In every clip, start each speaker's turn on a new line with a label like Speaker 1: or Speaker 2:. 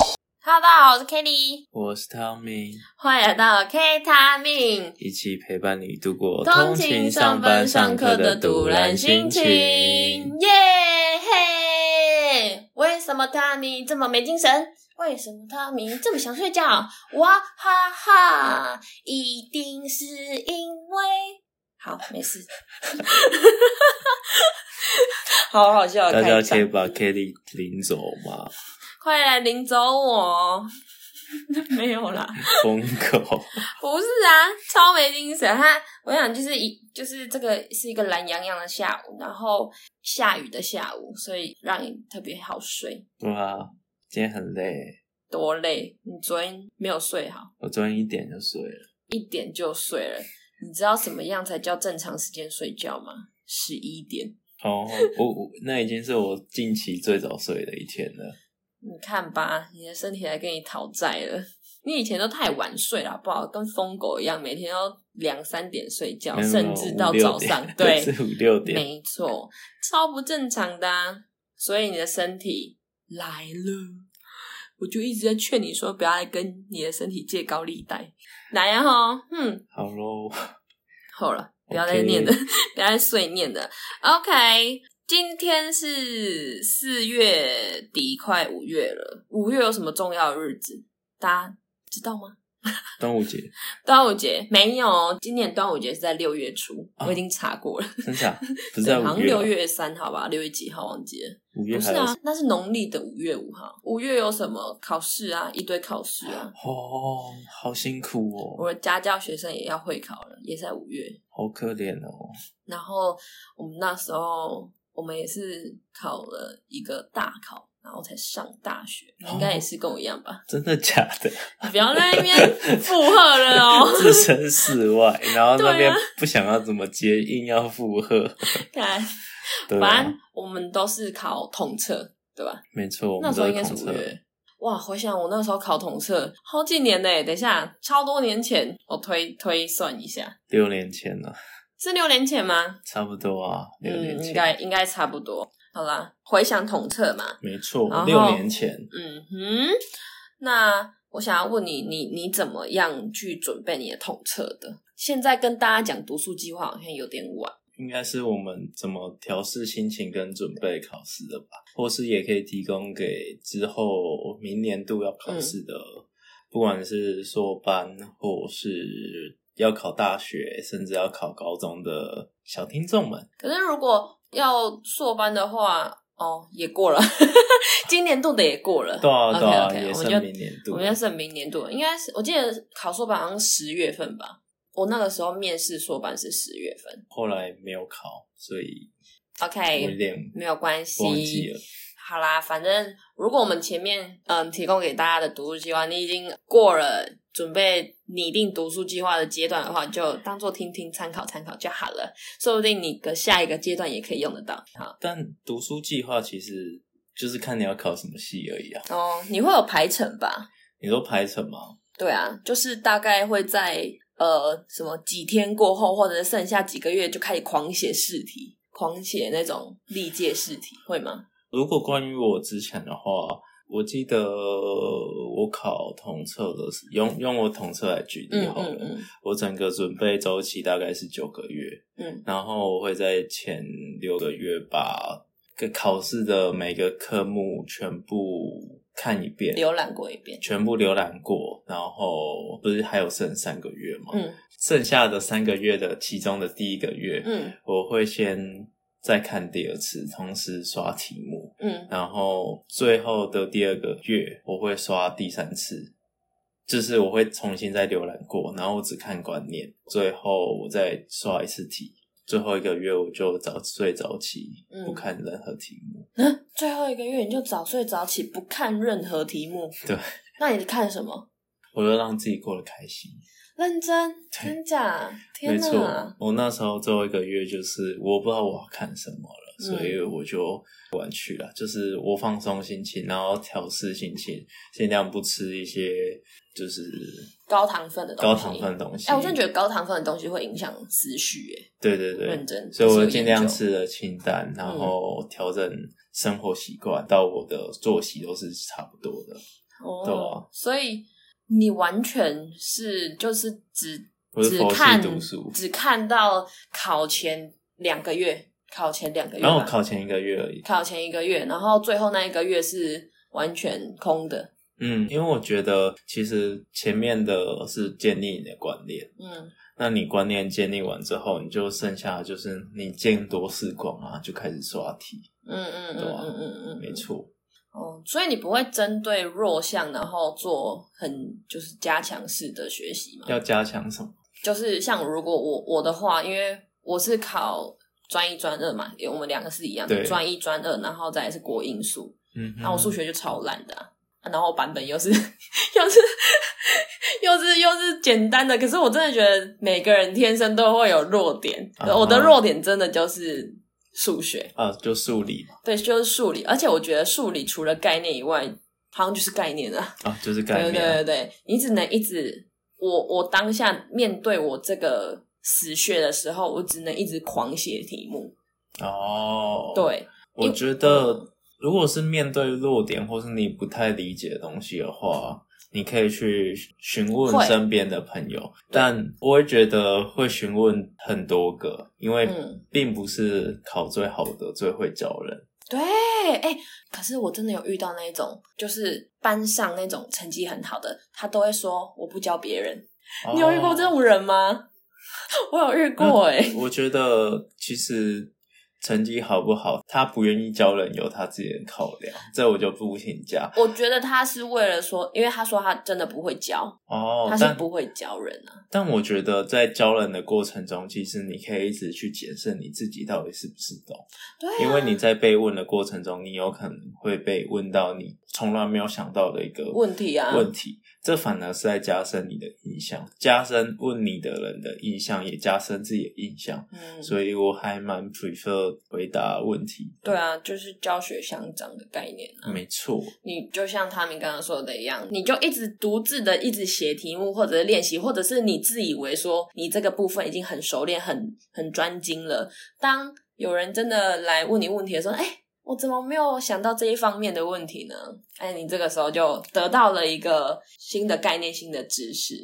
Speaker 1: 好，我是 Kelly，
Speaker 2: 我是 Tommy，
Speaker 1: 欢迎来到 K 他命
Speaker 2: 一起陪伴你度过
Speaker 1: 通勤
Speaker 2: 勤
Speaker 1: 上班
Speaker 2: 班
Speaker 1: 上课
Speaker 2: 课
Speaker 1: 的
Speaker 2: 堵
Speaker 1: 堵然心
Speaker 2: 心
Speaker 1: 情，耶嘿！为什么 Tommy 这么没精神？为什么 Tommy 这么想睡觉？哇哈哈！一定是因为……好，没 事。好好笑的
Speaker 2: 大
Speaker 1: 开
Speaker 2: 家可以
Speaker 1: 场，
Speaker 2: 把 Kelly 领走 吗？
Speaker 1: 快来领走我！ 没有啦。
Speaker 2: 疯狗，
Speaker 1: 不是啊，超没精神。他，我想就是一就是这个是一个懒洋洋的下午，然后下雨的下午，所以让你特别好睡。
Speaker 2: 哇，今天很累，
Speaker 1: 多累！你昨天没有睡好，
Speaker 2: 我昨天一点就睡了，
Speaker 1: 一点就睡了。你知道什么样才叫正常时间睡觉吗？十一点。
Speaker 2: 哦，我我那已经是我近期最早睡的一天了。
Speaker 1: 你看吧，你的身体来跟你讨债了。你以前都太晚睡了，好不好？跟疯狗一样，每天都两三点睡觉，
Speaker 2: 没有
Speaker 1: 哦甚至到早上。
Speaker 2: 没有
Speaker 1: 对，
Speaker 2: 五六点是五六点，
Speaker 1: 没错，超不正常的、啊。所以你的身体来了，我就一直在劝你说，不要来跟你的身体借高利贷。来呀、啊、吼，嗯，
Speaker 2: 好喽，
Speaker 1: 好了，不要再念了
Speaker 2: OK
Speaker 1: 不要再碎念了。OK，今天是四月底，快五月了。五月有什么重要的日子？大家知道吗？
Speaker 2: 端午节，
Speaker 1: 端午节没有，今年端午节是在六月初，
Speaker 2: 啊
Speaker 1: 我已经查过了，
Speaker 2: 真 假？不是
Speaker 1: 对
Speaker 2: 在
Speaker 1: 好
Speaker 2: 五
Speaker 1: 像
Speaker 2: 月啊
Speaker 1: 六
Speaker 2: 吗，
Speaker 1: 月三号吧，六月几号忘记了。
Speaker 2: 五月
Speaker 1: 不
Speaker 2: 还
Speaker 1: 是
Speaker 2: 有
Speaker 1: 啊，那是农历的五月五号。五月有什么考试啊？一堆考试啊！
Speaker 2: 哦，好辛苦哦，
Speaker 1: 我的家教学生也要会考了，也是在五月。
Speaker 2: 好可怜哦，
Speaker 1: 然后我们那时候，我们也是考了一个大考，然后才上大学。
Speaker 2: 哦
Speaker 1: 你应该也是跟我一样吧？
Speaker 2: 真的假的？
Speaker 1: 你不要在那边附和了哦
Speaker 2: ！置身事 外，然后那
Speaker 1: 对
Speaker 2: 边
Speaker 1: 啊
Speaker 2: 不想要怎么接，硬要附 和，啊
Speaker 1: 看，
Speaker 2: 对
Speaker 1: 反
Speaker 2: 啊
Speaker 1: 正，我们都是考统测，对吧？
Speaker 2: 没错，我
Speaker 1: 那
Speaker 2: 们
Speaker 1: 时候
Speaker 2: 都
Speaker 1: 应该是
Speaker 2: 统
Speaker 1: 五
Speaker 2: 测，
Speaker 1: 月。哇，回想我那时候考统测，好几年嘞！等一下，超多年前，我推推算一下，
Speaker 2: 六年前了，
Speaker 1: 是六年前吗？
Speaker 2: 差不多啊，六年
Speaker 1: 嗯，
Speaker 2: 前，
Speaker 1: 应该应该差不多。好啦，回想统测嘛，
Speaker 2: 没错
Speaker 1: 然后，
Speaker 2: 六年前，
Speaker 1: 嗯哼。那我想要问你，你你怎么样去准备你的统测的？现在跟大家讲读书计划好像有点晚，
Speaker 2: 应该是我们怎么调试心情跟准备考试的吧，或是也可以提供给之后明年度要考试的，
Speaker 1: 嗯
Speaker 2: 不管是硕班或是要考大学，甚至要考高中的小听众们。
Speaker 1: 可是如果要硕班的话，哦，也过了， 今年度的也过了。
Speaker 2: 对啊，对啊
Speaker 1: o k o k
Speaker 2: 也
Speaker 1: 我
Speaker 2: 是
Speaker 1: 们就
Speaker 2: 明年度。
Speaker 1: 我们要是明年度，应该是我记得考硕班好像十月份吧。我那个时候面试硕班是十月份
Speaker 2: 后来没有考，所以我有
Speaker 1: ，OK，
Speaker 2: 点
Speaker 1: 哎没有关系。
Speaker 2: 忘记了。
Speaker 1: 好啦，反正如果我们前面嗯提供给大家的读书计划，你已经过了准备拟定读书计划的阶段的话，就当做听听参考参考就好了，说不定你的下一个阶段也可以用得到。好
Speaker 2: 但读书计划其实就是看你要考什么系而已啊。
Speaker 1: 哦，你会有排程吧？
Speaker 2: 你说排程吗？
Speaker 1: 对啊，就是大概会在呃什么几天过后，或者是剩下几个月就开始狂写试题，狂写那种历届试题，会吗？
Speaker 2: 如果关于我之前的话，我记得我考统测的时，用用我统测来举例
Speaker 1: 嗯
Speaker 2: 好
Speaker 1: 嗯
Speaker 2: 了。
Speaker 1: 嗯
Speaker 2: 我整个准备周期大概是九个月，
Speaker 1: 嗯，
Speaker 2: 然后我会在前六个月把个考试的每个科目全部看一遍，
Speaker 1: 浏览过一遍。
Speaker 2: 全部浏览过，然后不是还有剩三个月吗？
Speaker 1: 嗯
Speaker 2: 剩下的三个月的其中的第一个月，
Speaker 1: 嗯
Speaker 2: 我会先再看第二次，同时刷题目，
Speaker 1: 嗯，
Speaker 2: 然后最后的第二个月我会刷第三次，就是我会重新再浏览过，然后我只看观念，最后我再刷一次题。最后一个月我就早睡早起，
Speaker 1: 嗯
Speaker 2: 不看任何题目。
Speaker 1: 嗯， 最后一个月你就早睡早起，不看任何题目。
Speaker 2: 对，
Speaker 1: 那你看什么？
Speaker 2: 我就让自己过得开心。
Speaker 1: 认真？
Speaker 2: 对
Speaker 1: 真假？
Speaker 2: 没
Speaker 1: 天
Speaker 2: 错
Speaker 1: 哪！，
Speaker 2: 我那时候最后一个月就是我不知道我要看什么了，
Speaker 1: 嗯
Speaker 2: 所以我就不敢去了。就是我放松心情，然后调试心情，尽量不吃一些就是
Speaker 1: 高糖分的东西。
Speaker 2: 高糖分。的东西。
Speaker 1: 哎、我真的觉得高糖分的东西会影响思绪，耶。
Speaker 2: 对对对，
Speaker 1: 认真
Speaker 2: 所以
Speaker 1: 这是有
Speaker 2: 我
Speaker 1: 研究
Speaker 2: 尽量吃的清淡，然后调整生活习惯，到我的作息都是差不多的。对啊
Speaker 1: 哦所以你完全是就是只
Speaker 2: 我是
Speaker 1: 只
Speaker 2: 佛系
Speaker 1: 看
Speaker 2: 读书
Speaker 1: 只看到考前两个月，考前两个月吧，
Speaker 2: 然后我考前一个月而已。
Speaker 1: 考前一个月，然后最后那一个月是完全空的。
Speaker 2: 嗯，因为我觉得其实前面的是建立你的观念，
Speaker 1: 嗯
Speaker 2: 那你观念建立完之后，你就剩下的就是你见多识广啊，就开始刷题。
Speaker 1: 嗯嗯嗯
Speaker 2: 对啊
Speaker 1: 嗯嗯嗯，
Speaker 2: 没。错，
Speaker 1: 哦，所以你不会针对弱项，然后做很就是加强式的学习嘛？
Speaker 2: 要加强什么？
Speaker 1: 就是像如果我我的话，因为我是考专一专二嘛，因为我们两个是一样的，
Speaker 2: 对
Speaker 1: 专一专二，然后再来是国英数，
Speaker 2: 嗯哼，
Speaker 1: 然后啊我数学就超烂的、啊，啊然后版本又是又是又是又是简单的，可是我真的觉得每个人天生都会有弱点，
Speaker 2: 啊哈
Speaker 1: 我的弱点真的就是数学，
Speaker 2: 啊，就数理嘛，
Speaker 1: 对，就是数理，而且我觉得数理除了概念以外，好像就是概念啊，
Speaker 2: 啊，就是概
Speaker 1: 对对
Speaker 2: 念啊。
Speaker 1: 对对，你只能一直，我我当下面对我这个死穴的时候，我只能一直狂写题目，
Speaker 2: 哦，，
Speaker 1: 对，
Speaker 2: 我觉得如果是面对弱点或是你不太理解的东西的话，你可以去询问
Speaker 1: 会
Speaker 2: 身边的朋友，但我会觉得会询问很多个，因为
Speaker 1: 嗯
Speaker 2: 并不是考最好的最会教人。
Speaker 1: 对，哎、可是我真的有遇到那一种，就是班上那种成绩很好的，他都会说我不教别人。你有遇过这
Speaker 2: 哦
Speaker 1: 种人吗？ 我有遇过哎、
Speaker 2: 那我觉得其实成绩好不好，他不愿意教人有他自己的考量，这我就不评价
Speaker 1: 我觉得他是为了说，因为他说他真的不会教，
Speaker 2: 哦。
Speaker 1: 他是
Speaker 2: 但
Speaker 1: 不会教人啊。
Speaker 2: 但我觉得在教人的过程中，其实你可以一直去检视你自己到底是不是懂，
Speaker 1: 对啊，
Speaker 2: 因为你在被问的过程中，你有可能会被问到你从来没有想到的一个
Speaker 1: 问题啊
Speaker 2: 问题。这反而是在加深你的印象，加深问你的人的印象，也加深自己的印象。
Speaker 1: 嗯，
Speaker 2: 所以我还蛮 prefer 回答问题。
Speaker 1: 对，啊，就是教学相长的概念啊。
Speaker 2: 没错。
Speaker 1: 你就像他们刚刚说的一样，你就一直独自的一直写题目，或者是练习，或者是你自以为说你这个部分已经很熟练、很很专精了。当有人真的来问你问题的时候，哎、我怎么没有想到这一方面的问题呢？哎，你这个时候就得到了一个新的概念、新的知识，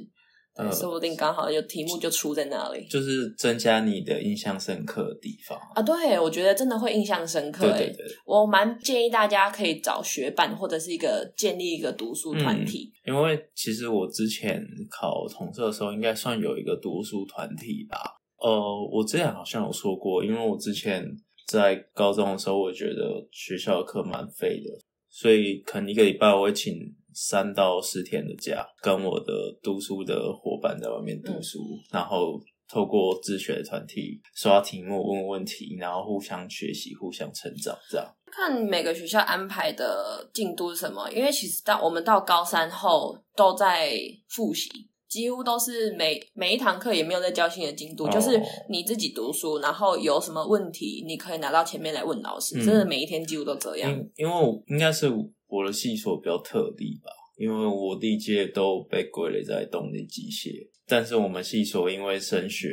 Speaker 1: 对，
Speaker 2: 嗯
Speaker 1: 说不定刚好有题目就出在那里
Speaker 2: 就是增加你的印象深刻的地方，
Speaker 1: 啊！对，我觉得真的会印象深刻、
Speaker 2: 对
Speaker 1: 哎。
Speaker 2: 对对，
Speaker 1: 我蛮建议大家可以找学伴或者是一个建立一个读书团体，
Speaker 2: 因为其实我之前考统测的时候，应该算有一个读书团体吧。呃，我之前好像有说过，因为我之前在高中的时候，我觉得学校的课蛮废的，所以可能一个礼拜我会请三到四天的假，跟我的读书的伙伴在外面读书，然后透过自学的团体刷题目、问问题，然后互相学习、互相成长，这样。
Speaker 1: 看每个学校安排的进度是什么，因为其实到我们到高三后都在复习，几乎都是每每一堂课也没有在教新的进度，
Speaker 2: 哦
Speaker 1: 就是你自己读书，然后有什么问题你可以拿到前面来问老师，
Speaker 2: 嗯
Speaker 1: 真的每一天几乎都这样。
Speaker 2: 因因为我应该是我的系所比较特例吧，因为我历届都被归类在动力机械，但是我们系所因为升学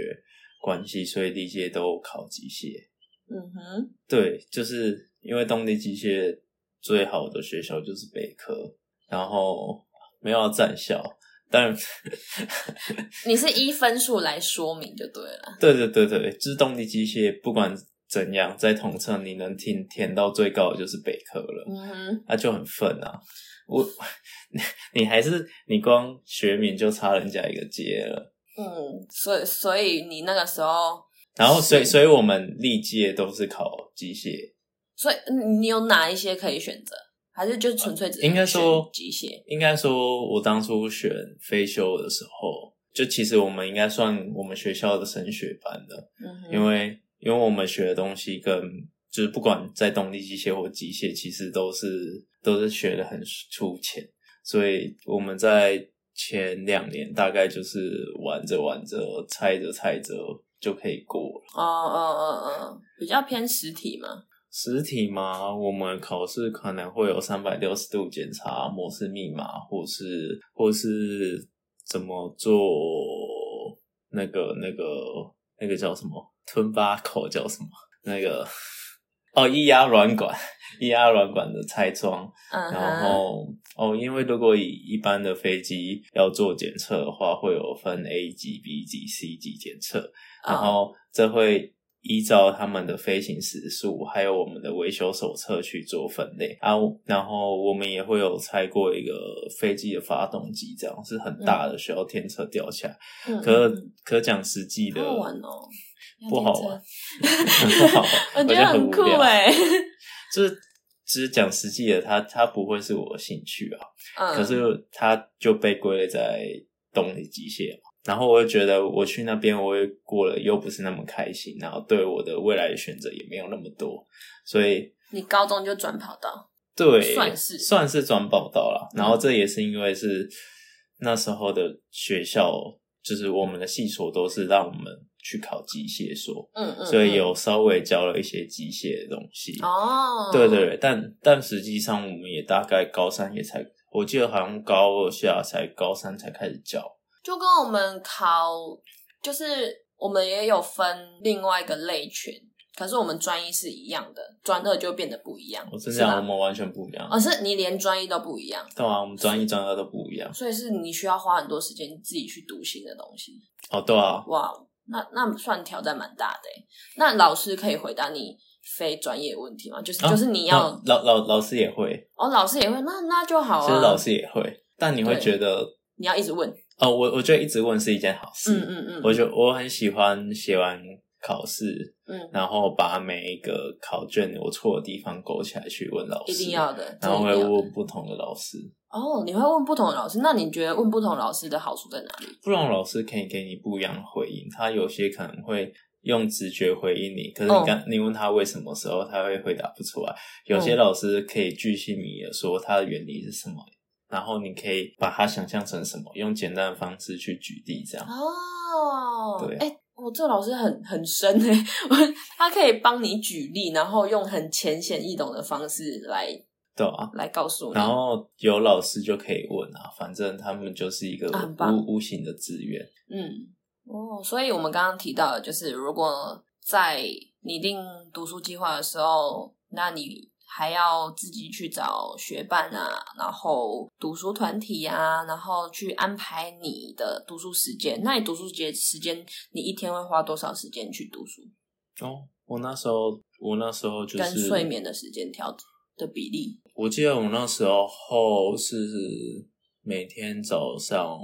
Speaker 2: 关系，所以历届都考机械。
Speaker 1: 嗯哼，
Speaker 2: 对，就是因为动力机械最好的学校就是北科，然后没有要占校，但
Speaker 1: 你是依分数来说明就对了。
Speaker 2: 对对对对，就是动力机械不管怎样，在统测你能填填到最高的就是北科了。
Speaker 1: 嗯哼，
Speaker 2: 那、就很愤啊！我 你还是你光学名就差人家一个阶了，
Speaker 1: 嗯，所以所以你那个时候，
Speaker 2: 然后所以
Speaker 1: 是
Speaker 2: 所以我们历届都是考机械，
Speaker 1: 所以嗯你有哪一些可以选择，还是就纯粹只
Speaker 2: 应该说
Speaker 1: 选机械？
Speaker 2: 应该说我当初选非修的时候，就其实我们应该算我们学校的升学班的，
Speaker 1: 嗯哼，
Speaker 2: 因为因为我们学的东西跟就是不管在动力机械或机械，其实都是都是学的很粗浅，所以我们在前两年大概就是玩着玩着、猜着猜着就可以过了。
Speaker 1: 哦哦哦哦，比较偏实体嘛。
Speaker 2: 实体嘛，我们考试可能会有三百六十度检查模式密码，或是或是怎么做那个那个那个叫什么吞八口叫什么那个哦，液压软管，液压软管的拆装，
Speaker 1: 嗯
Speaker 2: 然
Speaker 1: 哼，
Speaker 2: 后哦，因为如果以一般的飞机要做检测的话，会有分 A 级、B 级、C 级检测，然
Speaker 1: 哦
Speaker 2: 后这会依照他们的飞行时速，还有我们的维修手册去做分类啊。然后我们也会有拆过一个飞机的发动机，这样是很大的，需要天车吊起来。
Speaker 1: 嗯
Speaker 2: 可
Speaker 1: 嗯嗯
Speaker 2: 可讲实际的，
Speaker 1: 好好 玩哦，
Speaker 2: 不好玩，不好
Speaker 1: 我
Speaker 2: 玩，
Speaker 1: 觉得
Speaker 2: 很
Speaker 1: 很
Speaker 2: 无
Speaker 1: 酷
Speaker 2: 聊
Speaker 1: 哎。
Speaker 2: 就是只是讲实际的，它它不会是我的兴趣啊。
Speaker 1: 嗯，
Speaker 2: 可是它就被归类在动力机械嘛。然后我就觉得我去那边，我也过了又不是那么开心，然后对我的未来的选择也没有那么多，所以
Speaker 1: 你高中就转跑道，
Speaker 2: 对
Speaker 1: 算是
Speaker 2: 算是转跑道了。
Speaker 1: 嗯
Speaker 2: 然后这也是因为是那时候的学校，就是我们的系所都是让我们去考机械所，
Speaker 1: 嗯嗯，
Speaker 2: 所以
Speaker 1: 嗯
Speaker 2: 有稍微教了一些机械的东西。
Speaker 1: 哦，
Speaker 2: 对对，对，但但实际上我们也大概高三也才，我记得好像高二下才高三才开始教。
Speaker 1: 就跟我们考，就是我们也有分另外一个类群，可是我们专一是一样的，专二就变得不一样。
Speaker 2: 我真
Speaker 1: 是
Speaker 2: 讲我
Speaker 1: 吧
Speaker 2: 们完全不一样，
Speaker 1: 哦，是你连专一都不一样，
Speaker 2: 对啊，我们专一专二都不一样。
Speaker 1: 所以是你需要花很多时间自己去读新的东西。
Speaker 2: 哦，对啊，
Speaker 1: 哇，那那算挑战蛮大的欸。那老师可以回答你非专业问题吗？就是、
Speaker 2: 啊
Speaker 1: 就是你要
Speaker 2: 老老老老师也会，
Speaker 1: 哦，老师也会，那那就好啊。
Speaker 2: 其实老师也会，但你会
Speaker 1: 对
Speaker 2: 觉得，
Speaker 1: 你要一直问，
Speaker 2: 哦，我我觉得一直问是一件好事。
Speaker 1: 嗯嗯嗯，
Speaker 2: 我觉得我很喜欢写完考试，
Speaker 1: 嗯
Speaker 2: 然后把每一个考卷我错的地方勾起来去问老师，
Speaker 1: 一定，要啊的，
Speaker 2: 然后
Speaker 1: 这
Speaker 2: 会
Speaker 1: 一定要的
Speaker 2: 问不同的老师。
Speaker 1: 哦，你会问不同的老师，那你觉得问不同老师的好处在哪里？
Speaker 2: 不同老师可以给你不一样的回应，他有些可能会用直觉回应你，可是
Speaker 1: 哦
Speaker 2: 你刚、你问他为什么时候，他会回答不出来。有些
Speaker 1: 嗯
Speaker 2: 老师可以巨细靡遗的说它的原理是什么，然后你可以把它想象成什么，用简单的方式去举例，这样。
Speaker 1: 啊哦，
Speaker 2: 对
Speaker 1: 哎、我这个老师很很深哎、我他可以帮你举例，然后用很浅显易懂的方式来
Speaker 2: 对啊。
Speaker 1: 来告诉你。
Speaker 2: 然后有老师就可以问啊，反正他们就是一个
Speaker 1: 啊很棒
Speaker 2: 无无形的资源。
Speaker 1: 嗯，哦，所以我们刚刚提到的就是，如果在拟定读书计划的时候，那你还要自己去找学伴啊，然后读书团体啊，然后去安排你的读书时间。那你读书节时间，你一天会花多少时间去读书？
Speaker 2: 哦，我那时候我那时候就是
Speaker 1: 跟睡眠的时间调的比例？
Speaker 2: 我记得我那时候是每天早上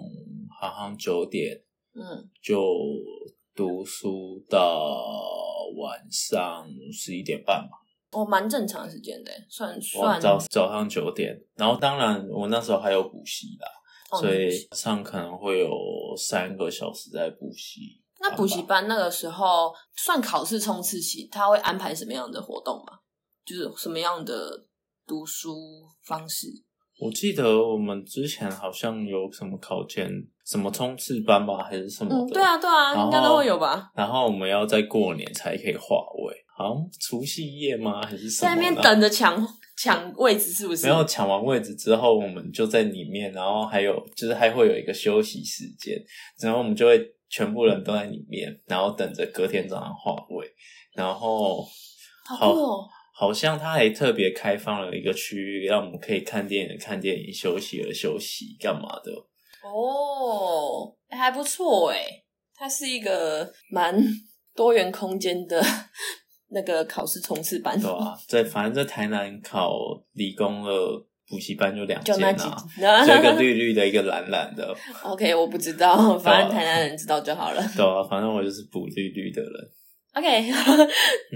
Speaker 2: 好像九点
Speaker 1: 嗯，
Speaker 2: 就读书到晚上十一点半吧，
Speaker 1: 哦，蛮正常的时间的，欸算
Speaker 2: 我
Speaker 1: 算
Speaker 2: 早早上九点，然后当然我那时候还有补习啦，
Speaker 1: 哦
Speaker 2: 所以上可能会有三个小时在补习。
Speaker 1: 那补习班那个时候算考试冲刺期，他会安排什么样的活动吗？就是什么样的读书方式？
Speaker 2: 我记得我们之前好像有什么考前什么冲刺班吧，还是什么的？
Speaker 1: 嗯，对啊，对啊，
Speaker 2: 然后
Speaker 1: 应该都会有吧。
Speaker 2: 然后我们要在过年才可以化位，好像除夕夜吗？还是什么
Speaker 1: 在
Speaker 2: 的？
Speaker 1: 那边等着抢抢位置是不是？
Speaker 2: 没有抢完位置之后，我们就在里面，然后还有就是还会有一个休息时间，然后我们就会全部人都在里面，然后等着隔天早上化位，然后
Speaker 1: 好酷哦！
Speaker 2: 好像他还特别开放了一个区域，让我们可以看电影、看电影、休息而休息，干嘛的？
Speaker 1: 哦，哎还不错哎，它是一个蛮多元空间的那个考试冲刺班，
Speaker 2: 对啊，在反正在台南考理工的补习班就两
Speaker 1: 就
Speaker 2: 间
Speaker 1: 那几
Speaker 2: 啊，就一 个绿绿的，一个啊蓝蓝的，
Speaker 1: OK，我不知道，反正台南人知道就好了。
Speaker 2: 对啊，反正我就是补绿绿的人。
Speaker 1: OK，、
Speaker 2: 嗯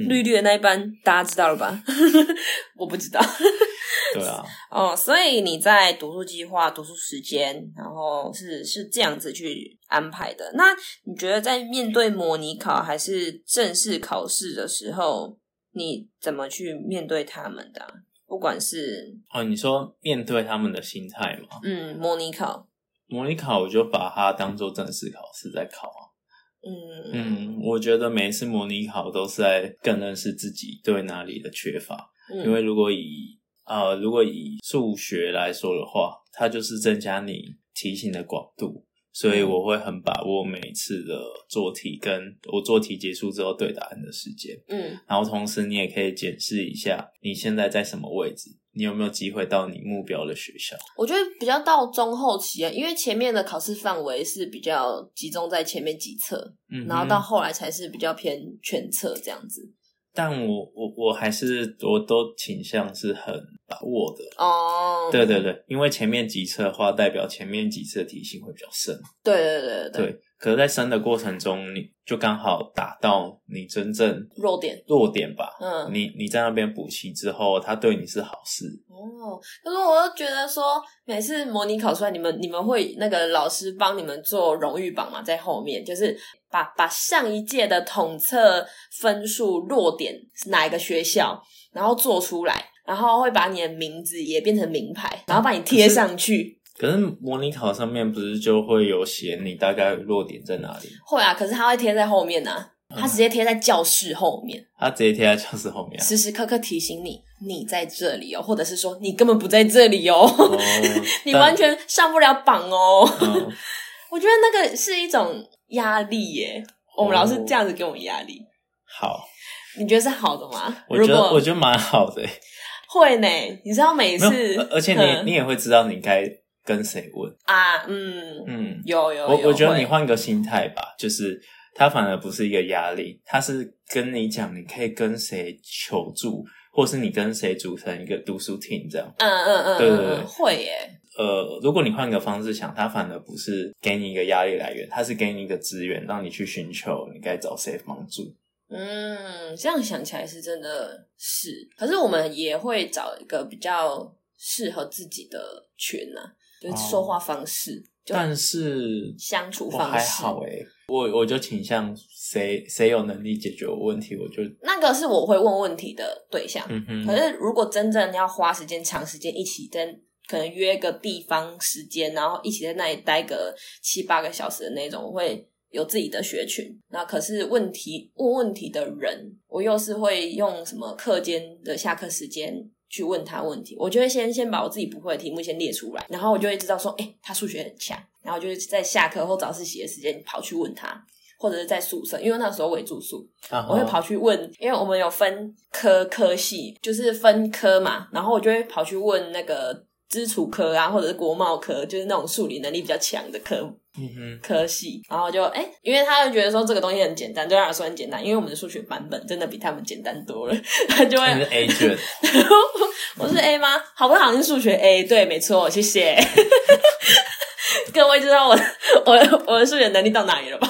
Speaker 1: 绿绿的那一班大家知道了吧？ 我不知道
Speaker 2: 对啊，
Speaker 1: 哦，所以你在读书计划、读书时间，然后是是这样子去安排的。那你觉得在面对模拟考还是正式考试的时候，你怎么去面对他们的啊、不管是
Speaker 2: 哦，你说面对他们的心态嘛，
Speaker 1: 嗯模拟考，
Speaker 2: 模拟考我就把它当做正式考试在考啊。
Speaker 1: 嗯
Speaker 2: 嗯，我觉得每一次模拟考都是在更认识自己对哪里的缺乏，
Speaker 1: 嗯
Speaker 2: 因为如果以呃如果以数学来说的话，它就是增加你题型的广度，所以我会很把握每一次的做题，跟我做题结束之后对答案的时间。
Speaker 1: 嗯
Speaker 2: 然后同时你也可以检视一下你现在在什么位置，你有没有机会到你目标的学校。
Speaker 1: 我觉得比较到中后期啊，因为前面的考试范围是比较集中在前面几册，
Speaker 2: 嗯哼
Speaker 1: 然后到后来才是比较偏全册这样子。
Speaker 2: 但我我我还是我都倾向是很把握的。
Speaker 1: 哦，
Speaker 2: 对对对，因为前面几次的话，代表前面几次的题型会比较深。
Speaker 1: 对对对对对，
Speaker 2: 对，可是，在深的过程中，你就刚好打到你真正
Speaker 1: 弱点。
Speaker 2: 弱点吧。
Speaker 1: 嗯，
Speaker 2: 你你在那边补齐之后，它对你是好事。
Speaker 1: 哦，可是我又觉得说，每次模拟考出来，你们你们会那个老师帮你们做荣誉榜嘛，在后面就是把把上一届的统测分数弱点是哪一个学校，然后做出来，然后会把你的名字也变成名牌，然后把你贴上去。
Speaker 2: 可是模拟考上面不是就会有写你大概弱点在哪里？
Speaker 1: 会啊，可是他会贴在后面呐、啊，他
Speaker 2: 嗯
Speaker 1: 直接贴在教室后面，
Speaker 2: 它直接贴在教室后面啊、
Speaker 1: 时时刻刻提醒你你在这里哦，或者是说你根本不在这里哦，
Speaker 2: 哦
Speaker 1: 你
Speaker 2: 但
Speaker 1: 完全上不了榜哦。
Speaker 2: 嗯，
Speaker 1: 我觉得那个是一种压力耶。我们老师这样子给我们压力，
Speaker 2: 好，
Speaker 1: 你觉得是好的吗？
Speaker 2: 我觉
Speaker 1: 如
Speaker 2: 得
Speaker 1: 果
Speaker 2: 我觉得蛮好的欸、
Speaker 1: 会呢，你知道每
Speaker 2: 没
Speaker 1: 次
Speaker 2: 有，，而而且
Speaker 1: 嗯
Speaker 2: 你你也会知道你该跟谁问。
Speaker 1: 啊，嗯，
Speaker 2: 嗯，
Speaker 1: 有有，
Speaker 2: 我
Speaker 1: 有
Speaker 2: 我觉得你
Speaker 1: 会
Speaker 2: 换个心态吧，就是它反而不是一个压力，它是跟你讲你可以跟谁求助，或是你跟谁组成一个读书 team 这样。
Speaker 1: 嗯嗯嗯，
Speaker 2: 对对
Speaker 1: 嗯
Speaker 2: 对
Speaker 1: 嗯会耶，
Speaker 2: 呃，如果你换个方式想，它反而不是给你一个压力来源，它是给你一个资源，让你去寻求你该找谁帮助。
Speaker 1: 嗯，这样想起来是真的是，可是我们也会找一个比较适合自己的群啊，就是
Speaker 2: 哦
Speaker 1: 说话方式、
Speaker 2: 但是
Speaker 1: 相处
Speaker 2: 我
Speaker 1: 方
Speaker 2: 哦还
Speaker 1: 式，
Speaker 2: 好诶、欸我我就倾向谁谁有能力解决我问题，我就
Speaker 1: 那个是我会问问题的对象。
Speaker 2: 嗯哼。
Speaker 1: 可是如果真正要花时间、长时间一起跟，可能约个地方时间，然后一起在那里待个七八个小时的那种，我会有自己的学群。那可是问题问问题的人，我又是会用什么课间的下课时间。去问他问题，我就会先先把我自己不会的题目先列出来，然后我就会知道说，哎、他数学很强，然后就会在下课或早自习的时间跑去问他，或者是在宿舍，因为那时候我也住宿，
Speaker 2: 啊哈
Speaker 1: 我会跑去问，因为我们有分科科系，就是分科嘛，然后我就会跑去问那个基础科啊，或者是国贸科，就是那种数理能力比较强的科
Speaker 2: 嗯哼，
Speaker 1: 科系，然后就哎、因为他就觉得说这个东西很简单，对他来说很简单，因为我们的数学版本真的比他们简单多了， 他就
Speaker 2: 哎你
Speaker 1: 会
Speaker 2: 是 A 卷，
Speaker 1: 我是 A 吗？好不好？是数学 A，对，没错，谢谢。 各位知道我的 我的我的数学能力到哪里了吧？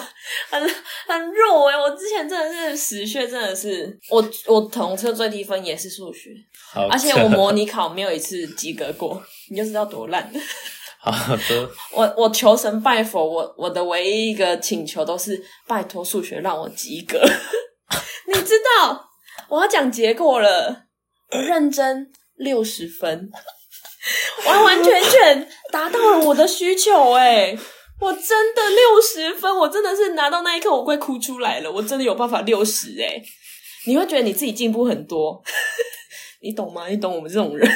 Speaker 1: 很很弱哎、我之前真的是死学，真的是我我统测最低分也是数学，
Speaker 2: 好
Speaker 1: 而且
Speaker 2: 扯
Speaker 1: 我模拟考没有一次及格过，你就知道多烂。
Speaker 2: 好的，
Speaker 1: 我我求神拜佛，我我的唯一一个请求都是拜托数学让我及格。 你知道我要讲结果了，我认真六十分，完完全全达到了我的需求哎、我真的六十分，我真的是拿到那一刻我快哭出来了，我真的有办法六十哎，你会觉得你自己进步很多， 你懂吗？你懂我们这种人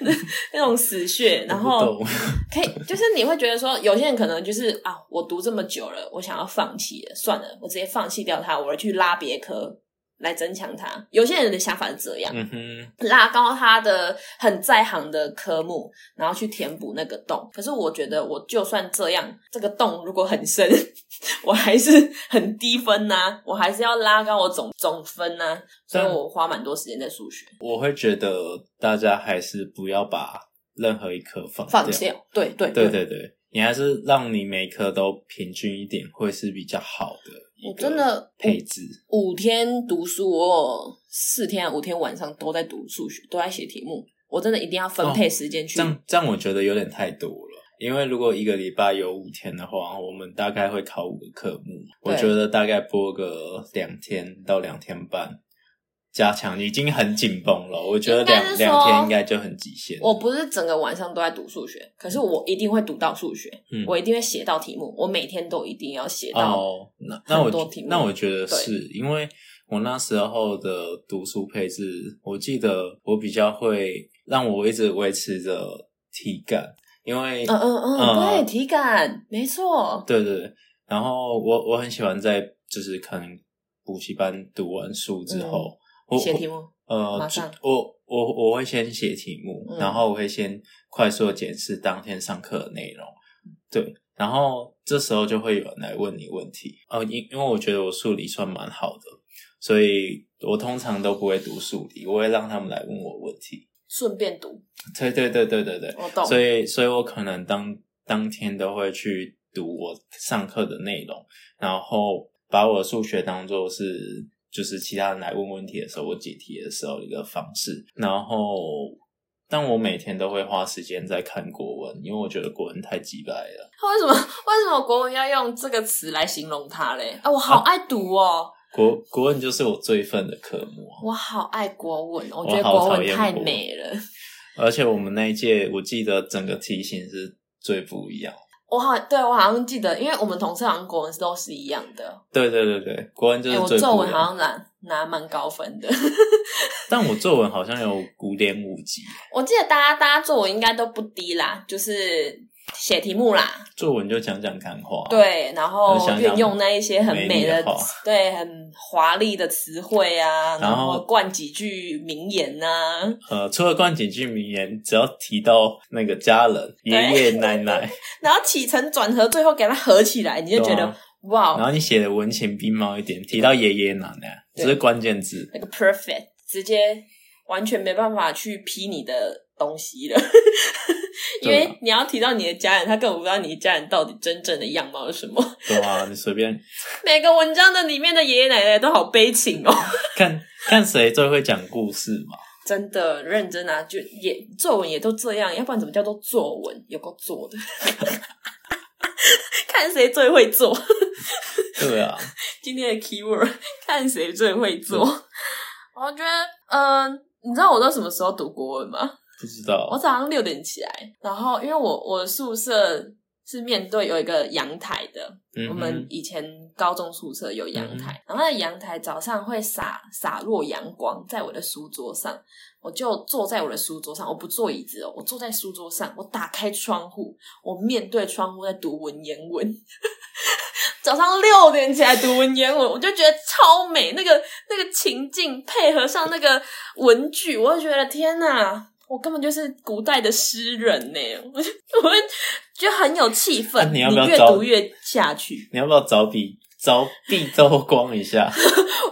Speaker 1: 那种死穴， 然后
Speaker 2: 我 不懂
Speaker 1: 可以，就是你会觉得说，有些人可能就是啊，我读这么久了，我想要放弃了，算了，我直接放弃掉它，我去拉别科来增强它。有些人的想法是这样，
Speaker 2: 嗯哼，
Speaker 1: 拉高他的很在行的科目，然后去填补那个洞。可是我觉得，我就算这样，这个洞如果很深， 我还是很低分呐、我还是要拉高我总总分呐、所以
Speaker 2: 但
Speaker 1: 我花蛮多时间在数学，
Speaker 2: 我会觉得大家还是不要把任何一科放掉
Speaker 1: 放嗯掉，对对
Speaker 2: 对对对，你还是让你每一科都平均一点，会是比较好的一
Speaker 1: 我
Speaker 2: 个
Speaker 1: 真的
Speaker 2: 配置。
Speaker 1: 五天读书，我有四天、啊、五天晚上都在读数学，都在写题目。我真的一定要分配时间去。
Speaker 2: 哦这样这样，我觉得有点太多了。因为如果一个礼拜有五天的话，我们大概会考五个科目，我
Speaker 1: 对
Speaker 2: 觉得大概播个两天到两天半，加强已经很紧绷了。我觉得
Speaker 1: 应该
Speaker 2: 两
Speaker 1: 是说
Speaker 2: 两天应该就很极限。
Speaker 1: 我不是整个晚上都在读数学，可是我一定会读到数学，
Speaker 2: 嗯
Speaker 1: 我一定会写到题目，我每天都一定要写到。
Speaker 2: 哦，那那我
Speaker 1: 很多
Speaker 2: 觉
Speaker 1: 题目
Speaker 2: 那我觉得
Speaker 1: 对
Speaker 2: 是因为我那时候的读书配置，我记得我比较会让我一直维持着体感，因为
Speaker 1: 嗯嗯嗯，对，
Speaker 2: 嗯
Speaker 1: 体感没错，
Speaker 2: 对对对，然后我我很喜欢在就是可能补习班读完书之后，我
Speaker 1: 嗯写题目，
Speaker 2: 呃，
Speaker 1: 马
Speaker 2: 就
Speaker 1: 上
Speaker 2: 我我我会先写题目，
Speaker 1: 嗯
Speaker 2: 然后我会先快速地检视当天上课的内容，
Speaker 1: 嗯
Speaker 2: 对，然后这时候就会有人来问你问题，呃，因因为我觉得我数理算蛮好的，所以我通常都不会读数理，我会让他们来问我问题，
Speaker 1: 顺便读，
Speaker 2: 对对对对对对，
Speaker 1: 我懂，
Speaker 2: 所以，所以我可能当当天都会去读我上课的内容，然后把我的数学当做是就是其他人来问问题的时候，我解题的时候一个方式。然后，但我每天都会花时间在看国文，因为我觉得国文太鸡掰了。
Speaker 1: 他为什么 为什么国文要用这个词来形容它嘞？啊，我好爱读哦，
Speaker 2: 国国文就是我最愤的科目啊，
Speaker 1: 我好爱国文，我
Speaker 2: 我
Speaker 1: 觉得
Speaker 2: 好
Speaker 1: 国
Speaker 2: 讨
Speaker 1: 文
Speaker 2: 厌
Speaker 1: 太
Speaker 2: 国文
Speaker 1: 美了。
Speaker 2: 而且我们那一届，我记得整个题型是最不一样。
Speaker 1: 我好对我好像记得，因为我们同事好像国文都是一样的。
Speaker 2: 对对对对，国文就
Speaker 1: 哎、
Speaker 2: 是
Speaker 1: 我
Speaker 2: 最
Speaker 1: 作
Speaker 2: 不
Speaker 1: 文
Speaker 2: 一
Speaker 1: 好
Speaker 2: 样。
Speaker 1: 像拿拿蛮高分的。
Speaker 2: 但我作文好像有五点五级，
Speaker 1: 我记得大家大家作文应该都不低啦，就是写题目啦，
Speaker 2: 作文就讲讲看话。
Speaker 1: 对，然后
Speaker 2: 哦想想
Speaker 1: 运用那一些很美
Speaker 2: 美
Speaker 1: 的
Speaker 2: 丽的话
Speaker 1: 对，很华丽的词汇啊，
Speaker 2: 然
Speaker 1: 然
Speaker 2: 后
Speaker 1: 后灌几句名言呐、啊，
Speaker 2: 呃，除了冠几句名言，只要提到那个家人、爷爷奶奶，
Speaker 1: 然后起承转合，最后给它合起来， 你就觉得、哦
Speaker 2: 对啊然
Speaker 1: 哇，
Speaker 2: 后你写的文情并茂一点，提到爷爷奶奶，
Speaker 1: 对
Speaker 2: 这是关键字。
Speaker 1: 那个 perfect，直接完全没办法去批你的东西了， 因
Speaker 2: 对啊
Speaker 1: 为你要提到你的家人，他根本不知道你的家人到底真正的样貌是什么。
Speaker 2: 对啊，你随便
Speaker 1: 每个文章的里面的爷爷奶奶都好悲情哦，
Speaker 2: 看 看谁最会讲故事嘛。
Speaker 1: 真的认真啊，就也作文也都这样，要不然怎么叫做作文？有够做的， 看谁最会做。
Speaker 2: 对啊，
Speaker 1: 今天的 keyword，看 谁最会做。我觉得，嗯、你知道我到什么时候读国文吗？
Speaker 2: 不知
Speaker 1: 我
Speaker 2: 道
Speaker 1: 早上六点起来，然后因为我我宿舍是面对有一个阳台的，
Speaker 2: 嗯哼嗯
Speaker 1: 我们以前高中宿舍有阳台，然后那阳台早上会洒洒落阳光在我的书桌上，我就坐在我的书桌上，我不坐椅子哦，我坐在书桌上，我打开窗户，我面对窗户在读文言文。早上六点起来读文言文，我就觉得超美，那个那个情境配合上那个文句，我就觉得天哪，我根本就是古代的诗人呢， 我就我就觉得很有气氛，
Speaker 2: 那你要不要
Speaker 1: 越
Speaker 2: 找
Speaker 1: 读越下去？
Speaker 2: 你要不要找笔找笔偷光一下？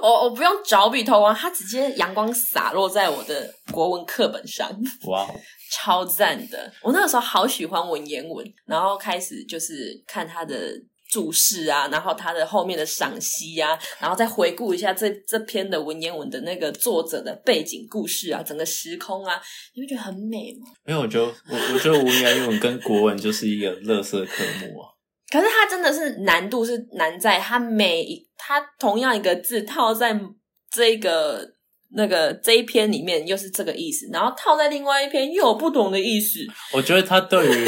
Speaker 1: 我我不用找笔偷光，它直接阳光洒落在我的国文课本上。
Speaker 2: 哇哦，
Speaker 1: 超赞的。我那个时候好喜欢文言文，然后开始就是看他的注释啊，然后他的后面的赏析啊，然后再回顾一下这这篇的文言文的那个作者的背景故事啊，整个时空啊，你会觉得很美吗？
Speaker 2: 没有，我觉得我我觉得文言文跟国文就是一个垃圾科目啊。
Speaker 1: 可是它真的是难度是难在它每一它同样一个字套在这个那个这一篇里面又是这个意思，然后套在另外一篇又有不同的意思，
Speaker 2: 我觉得他对于，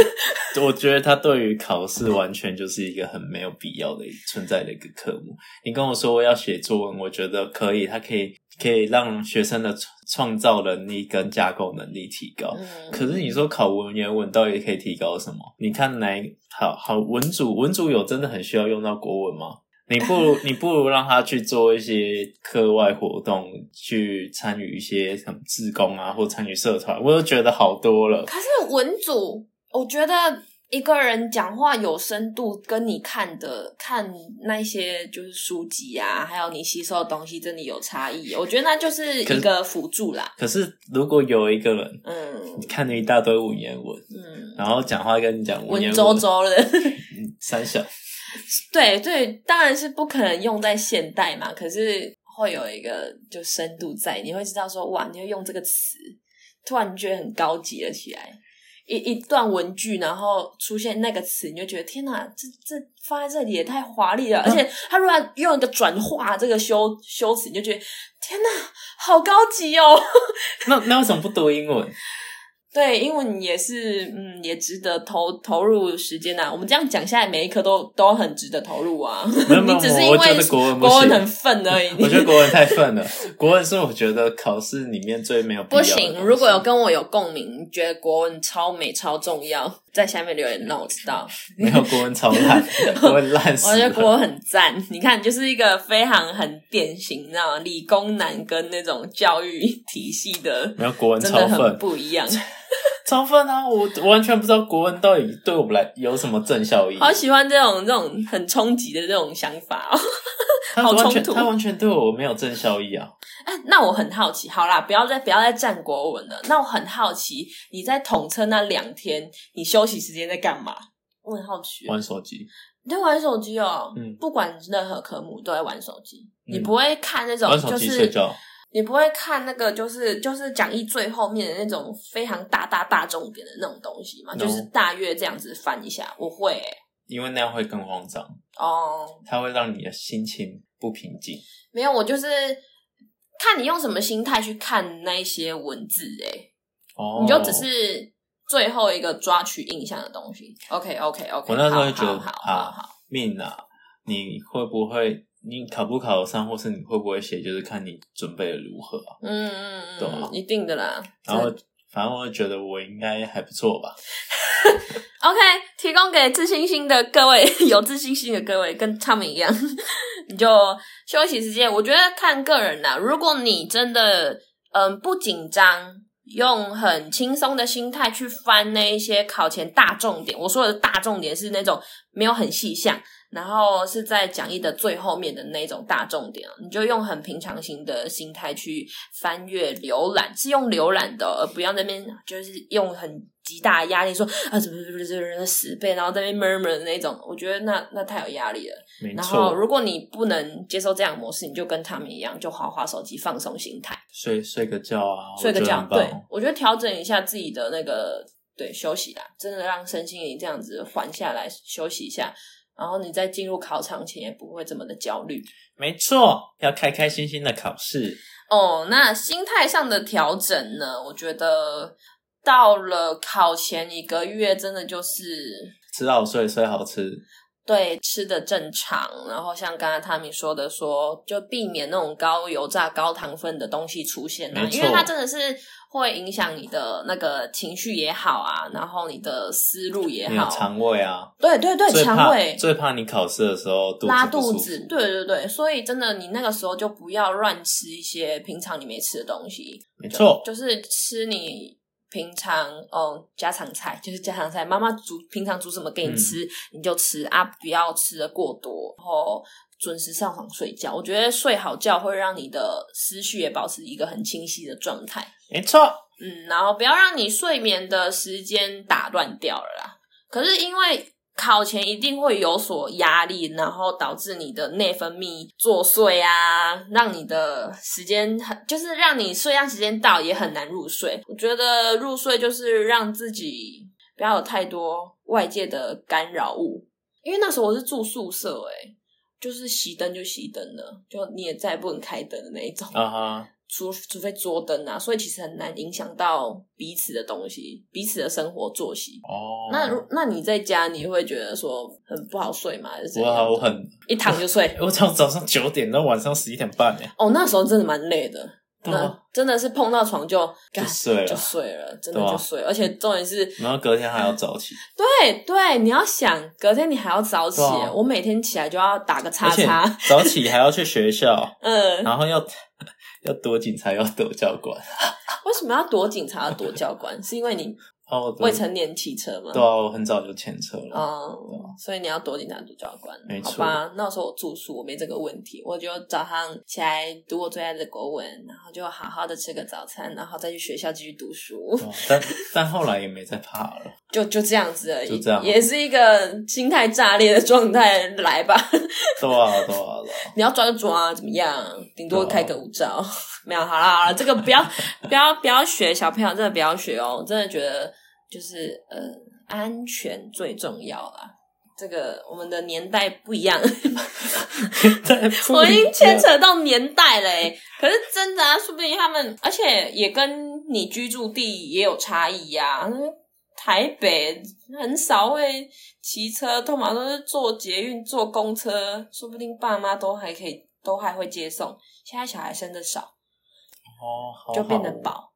Speaker 2: 我觉得他对于考试完全就是一个很没有必要的存在的一个科目。你跟我说我要写作文，我觉得可以，它可以可以让学生的创创造能力跟架构能力提高。
Speaker 1: 嗯，
Speaker 2: 可是你说考文言文到底可以提高什么？你看哪一好好文组文组有真的很需要用到国文吗？你不如你不如让他去做一些课外活动，去参与一些什么志工啊，或参与社团，我就觉得好多了。
Speaker 1: 可是文组，我觉得一个人讲话有深度，跟你看的看那些就是书籍啊，还有你吸收的东西，真的有差异。我觉得那就是
Speaker 2: 可
Speaker 1: 一
Speaker 2: 是
Speaker 1: 个辅助啦。
Speaker 2: 可是如果有一个人
Speaker 1: 嗯
Speaker 2: 你看了一大堆文言文，
Speaker 1: 嗯，
Speaker 2: 然后讲话跟你讲
Speaker 1: 文
Speaker 2: 言文，
Speaker 1: 绉绉的。
Speaker 2: 嗯三小，
Speaker 1: 对对，当然是不可能用在现代嘛，可是会有一个就深度在，你会知道说哇，你会用这个词，突然觉得很高级了起来。一一段文句，然后出现那个词，你就觉得天哪，这这放在这里也太华丽了，而且他如果用一个转化这个修修辞，你就觉得天哪，好高级哦。
Speaker 2: 那那为什么不读英文？
Speaker 1: 对，英文也是，嗯，也值得投投入时间呐、啊我们这样讲下来，每一科都都很值得投入啊。
Speaker 2: 没有 没有
Speaker 1: 你只是因
Speaker 2: 我
Speaker 1: 为
Speaker 2: 我觉得国文不
Speaker 1: 国文
Speaker 2: 行
Speaker 1: 很愤而已。
Speaker 2: 我觉 得国文太愤了，国文是我觉得考试里面最没有必要
Speaker 1: 不
Speaker 2: 的东西
Speaker 1: 行，如果有跟我有共鸣，你觉得国文超美超重要，在下面留言让我知道。
Speaker 2: 没有国文 超烂，国文烂死了。
Speaker 1: 我觉得国文很赞，你看，就是一个非常很典型，你知道吗？理工男跟那种教育体系的，
Speaker 2: 没有国文
Speaker 1: 真
Speaker 2: 超
Speaker 1: 的很
Speaker 2: 愤，
Speaker 1: 不 一样。
Speaker 2: 超愤啊！我我完全不知道国文到底对我们来有什么正效益，
Speaker 1: 好喜欢这种这种很冲击的这种想法哦。
Speaker 2: 他
Speaker 1: 好
Speaker 2: 完全
Speaker 1: 冲突
Speaker 2: 他完全对我没有正效益啊！
Speaker 1: 哎 那我很好奇，好啦，不要再不要再占国文了。那我很好奇，你在统测那两天，你休息时间在干嘛？我很好奇，
Speaker 2: 玩手机，
Speaker 1: 你在玩手机哦、
Speaker 2: 嗯
Speaker 1: 不管任何科目都在玩手机，
Speaker 2: 嗯
Speaker 1: 你不会看那种
Speaker 2: 玩手
Speaker 1: 就
Speaker 2: 机
Speaker 1: 是
Speaker 2: 睡觉，
Speaker 1: 你不会看那个，就是就是讲义最后面的那种非常大大大重点的那种东西嘛
Speaker 2: No
Speaker 1: 就是大约这样子翻一下，我会欸
Speaker 2: 因为那样会更慌张，
Speaker 1: 哦、
Speaker 2: 它会让你的心情不平静。
Speaker 1: 没有，我就是看你用什么心态去看那一些文字、欸，
Speaker 2: 哦，
Speaker 1: 你就只是最后一个抓取印象的东西。OK OK OK，
Speaker 2: 我那时候就觉
Speaker 1: 好
Speaker 2: 得
Speaker 1: 好好好
Speaker 2: 啊
Speaker 1: 好，
Speaker 2: 命啊，你会不会你考不考得上，或是你会不会写，就是看你准备的如何啊。
Speaker 1: 嗯嗯
Speaker 2: 懂啊
Speaker 1: 嗯，一定的啦。
Speaker 2: 然后反正我就觉得我应该还不错吧。
Speaker 1: OK，提供给自信心的各位，有自信心的各位，跟他们一样， 你就休息时间。我觉得看个人啦，如果你真的嗯不紧张，用很轻松的心态去翻那一些考前大重点，我说的大重点是那种没有很细项，然后是在讲义的最后面的那种大重点啊，你就用很平常心的心态去翻阅、浏览，是用浏览的哦，而不要那边就是用很极大的压力说啊，怎么怎么怎么十倍，然后在那边 murmur 的那种，我觉得那那太有压力了。
Speaker 2: 没
Speaker 1: 然后
Speaker 2: 错，
Speaker 1: 如果你不能接受这样的模式，你就跟他们一样，就划划手机，放松心态，
Speaker 2: 睡睡个觉啊，
Speaker 1: 睡个
Speaker 2: 我觉得
Speaker 1: 觉
Speaker 2: 很。棒
Speaker 1: 对，我觉得调整一下自己的那个对休息啦，真的让身心灵这样子缓下来休息一下。然后你在进入考场前也不会这么的焦虑，
Speaker 2: 没错，要开开心心的考试。
Speaker 1: 哦，那心态上的调整呢？我觉得到了考前一个月，真的就是
Speaker 2: 吃好睡，睡好吃，
Speaker 1: 对吃的正常，然后像刚刚他们说的说，就避免那种高油炸、高糖分的东西出现啊
Speaker 2: 没，错
Speaker 1: 因为它真的是会影响你的那个情绪也好啊，然后你的思路也
Speaker 2: 你有
Speaker 1: 好，
Speaker 2: 肠胃啊，
Speaker 1: 对对对，
Speaker 2: 最
Speaker 1: 肠
Speaker 2: 怕
Speaker 1: 胃
Speaker 2: 最怕你考试的时候肚子
Speaker 1: 拉
Speaker 2: 不
Speaker 1: 肚
Speaker 2: 舒
Speaker 1: 子
Speaker 2: 服，
Speaker 1: 对对对，所以真的你那个时候就不要乱吃一些平常你没吃的东西，
Speaker 2: 没错，
Speaker 1: 就是吃你平常哦家常菜， 就是家常菜，妈妈煮平常煮什么给
Speaker 2: 嗯
Speaker 1: 你吃、你就吃啊，不要吃的过多，然后准时上床睡觉。我觉得睡好觉会让你的思绪也保持一个很清晰的状态，
Speaker 2: 没错，
Speaker 1: 嗯，然后不要让你睡眠的时间打乱掉了啦。可是因为考前一定会有所压力，然后导致你的内分泌作祟啊，让你的时间很，就是让你睡觉时间到也很难入睡。我觉得入睡就是让自己不要有太多外界的干扰物，因为那时候我是住宿舍、欸，诶就是熄灯就熄灯了，就你也再也不能开灯的那一种
Speaker 2: 啊哈，
Speaker 1: 除除非桌灯啊，所以其实很难影响到彼此的东西，彼此的生活作息。
Speaker 2: 哦，
Speaker 1: 那如那你在家，你会觉得说很不好睡吗？还是怎样
Speaker 2: 啊我我很，
Speaker 1: 一躺就睡
Speaker 2: 。我从早上九点到晚上十一点半哎，
Speaker 1: 哦，那时候真的蛮累的，
Speaker 2: 对啊
Speaker 1: 那真的是碰到床就
Speaker 2: 就
Speaker 1: 干
Speaker 2: 睡
Speaker 1: 就
Speaker 2: 了，
Speaker 1: 睡了，真的
Speaker 2: 对啊
Speaker 1: 就睡了。而且重点是，
Speaker 2: 然后隔天还要 早起，
Speaker 1: 对对，你要想隔天你还要早起，
Speaker 2: 对啊
Speaker 1: 我每天起来就要打个叉
Speaker 2: 而且
Speaker 1: 叉，
Speaker 2: 早起还要去学校，
Speaker 1: 嗯，
Speaker 2: 然后要 要躲警察，要躲教官，
Speaker 1: 为什么要躲警察躲教官？是因为你
Speaker 2: 哦，
Speaker 1: 未成年骑车吗？
Speaker 2: 对啊，我很早就牵车了，
Speaker 1: 哦，所以你要躲警察、躲教官，
Speaker 2: 啊没
Speaker 1: 好
Speaker 2: 错
Speaker 1: 吧？那时候我住宿，我没这个问题，我就早上起来读我最爱的国文，然后就好好的吃个早餐，然后再去学校继续读书，
Speaker 2: 哦但但后来也没再怕了，
Speaker 1: 就就这样子而已，
Speaker 2: 就这样
Speaker 1: 也是一个心态炸裂的状态来吧。
Speaker 2: 对啊，对啊，对啊，
Speaker 1: 你要抓就抓，怎么样？顶多
Speaker 2: 对啊
Speaker 1: 开个五招， 没有。好啦好啦，这个不要不要不要学，小朋友真的不要学哦，我真的觉得就是呃，安全最重要啦。这个我们的年代不一样，
Speaker 2: 在
Speaker 1: 我已经牵扯到年代了、欸。 可是真的啊，说不定他们，而且也跟你居住地也有差异呀、啊。台北很少会骑车，通常都是坐捷运、坐公车，说不定爸妈都还可以，都还会接送。现在小孩生的少，
Speaker 2: 哦，好好
Speaker 1: 就变得 宝，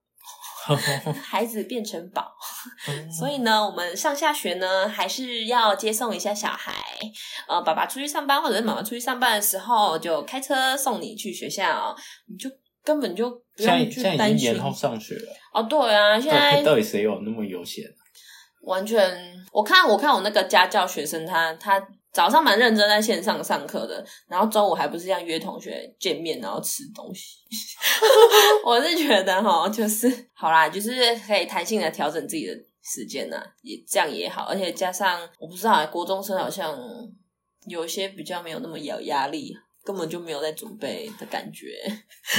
Speaker 1: 孩子变成宝。
Speaker 2: 哦
Speaker 1: 所以呢，我们上下学呢，还是要接送一下小孩。呃，爸爸出去上班或者是妈妈出去上班的时候，就开车送你去学校，你就根本就不
Speaker 2: 现在
Speaker 1: 用去
Speaker 2: 现在已
Speaker 1: 担
Speaker 2: 经
Speaker 1: 心
Speaker 2: 延。后上学了，
Speaker 1: 哦，对啊，现在
Speaker 2: 到到底谁有那么悠闲？
Speaker 1: 完全，我看我看我那个家教学生他，他早上蛮认真在线上上课的，然后周五还不是这样约同学见面，然后吃东 西。我是觉得哈，就是好啦，就是可以弹性的调整自己的时间呐、也这样也好，而且加上我不知道、国中生好像有一些比较没有那么有压力，根本就没有在准备的感觉。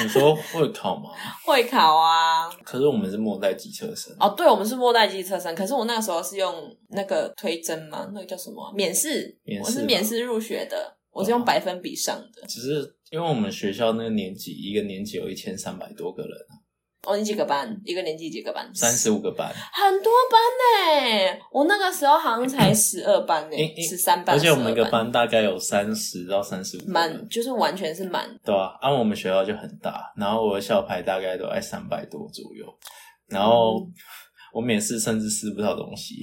Speaker 2: 你说会考吗？
Speaker 1: 会考啊，
Speaker 2: 可是我们是末代机车生，
Speaker 1: 哦，对，我们是末代机车生，可是我那个时候是用那个推甄嘛，那个叫什么啊免试，
Speaker 2: 免
Speaker 1: 我是
Speaker 2: 试吧哦
Speaker 1: 免试入学的，我是用百分比上的。
Speaker 2: 只是因为我们学校那个年级，一个年级有一千三百多个人，
Speaker 1: 哦，你几个班？一个年级几个班？
Speaker 2: 三，十五个班，
Speaker 1: 很多班呢、我那个时候好像才十二班呢、
Speaker 2: 因因
Speaker 1: 十三班，
Speaker 2: 而且我们一
Speaker 1: 12
Speaker 2: 个班大概有三十到三十五，
Speaker 1: 满就是完全是满，
Speaker 2: 对啊，按、我们学校就很大，然后我的校牌大概都在三百多左右，然后
Speaker 1: 嗯
Speaker 2: 我免试甚至试不到东西，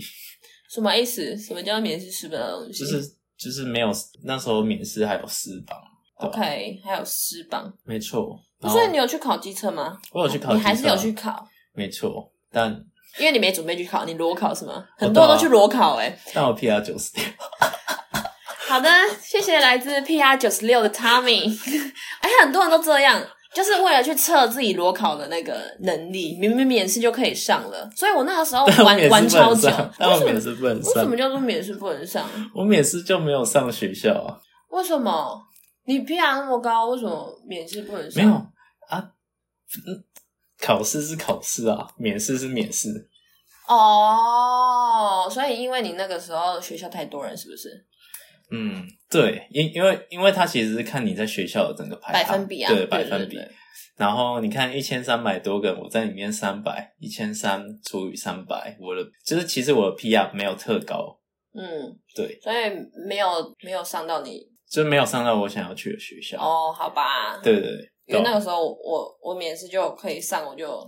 Speaker 1: 什么意思？什么叫免试十分的东西？
Speaker 2: 就是就是没有那时候免试还有四榜，
Speaker 1: OK，还有诗榜。
Speaker 2: 没错，啊然后
Speaker 1: 所以你有去考机车吗？
Speaker 2: 我有去考，啊
Speaker 1: 你还是有去，考，
Speaker 2: 没错，但
Speaker 1: 因为你没准备去考，你裸考是吗？
Speaker 2: 我
Speaker 1: 很多都
Speaker 2: 懂啊
Speaker 1: 去裸考哎、
Speaker 2: 但我 PR 九十点，
Speaker 1: 好的，谢谢来自 PR 九十六的 Tommy。哎，很多人都这样，就是为了去测自己裸考的那个能力，明明免试就可以上了。所以我那个时候
Speaker 2: 但我
Speaker 1: 玩
Speaker 2: 免
Speaker 1: 玩
Speaker 2: 试不
Speaker 1: 超
Speaker 2: 能
Speaker 1: 久，
Speaker 2: 上， 但我
Speaker 1: 为
Speaker 2: 免
Speaker 1: 什么
Speaker 2: 试不能
Speaker 1: 为什
Speaker 2: 上
Speaker 1: 么，叫做免试不能上？
Speaker 2: 我免试就没有上学校啊。
Speaker 1: 为什么你 PR 那么高，为什么免试不能
Speaker 2: 没
Speaker 1: 上？
Speaker 2: 有啊，嗯考试是考试啊，免试是免试。
Speaker 1: 哦所以因为你那个时候学校太多人，是不是？
Speaker 2: 嗯，对，因因为因为它其实是看你在学校的整个排
Speaker 1: 百
Speaker 2: 行
Speaker 1: 分比啊，
Speaker 2: 对
Speaker 1: 对
Speaker 2: 百分比。
Speaker 1: 对对
Speaker 2: 然后你看一千三百多个人，我在里面三百，一千三除以三百，我的就是其实我的 PR 没有特高，
Speaker 1: 嗯，
Speaker 2: 对，
Speaker 1: 所以没有没有上到你
Speaker 2: 就是没有上到我想要去的学校。
Speaker 1: 哦，好吧，
Speaker 2: 对对对，
Speaker 1: 因为
Speaker 2: 懂
Speaker 1: 那个时候我我我免试就可以上，我就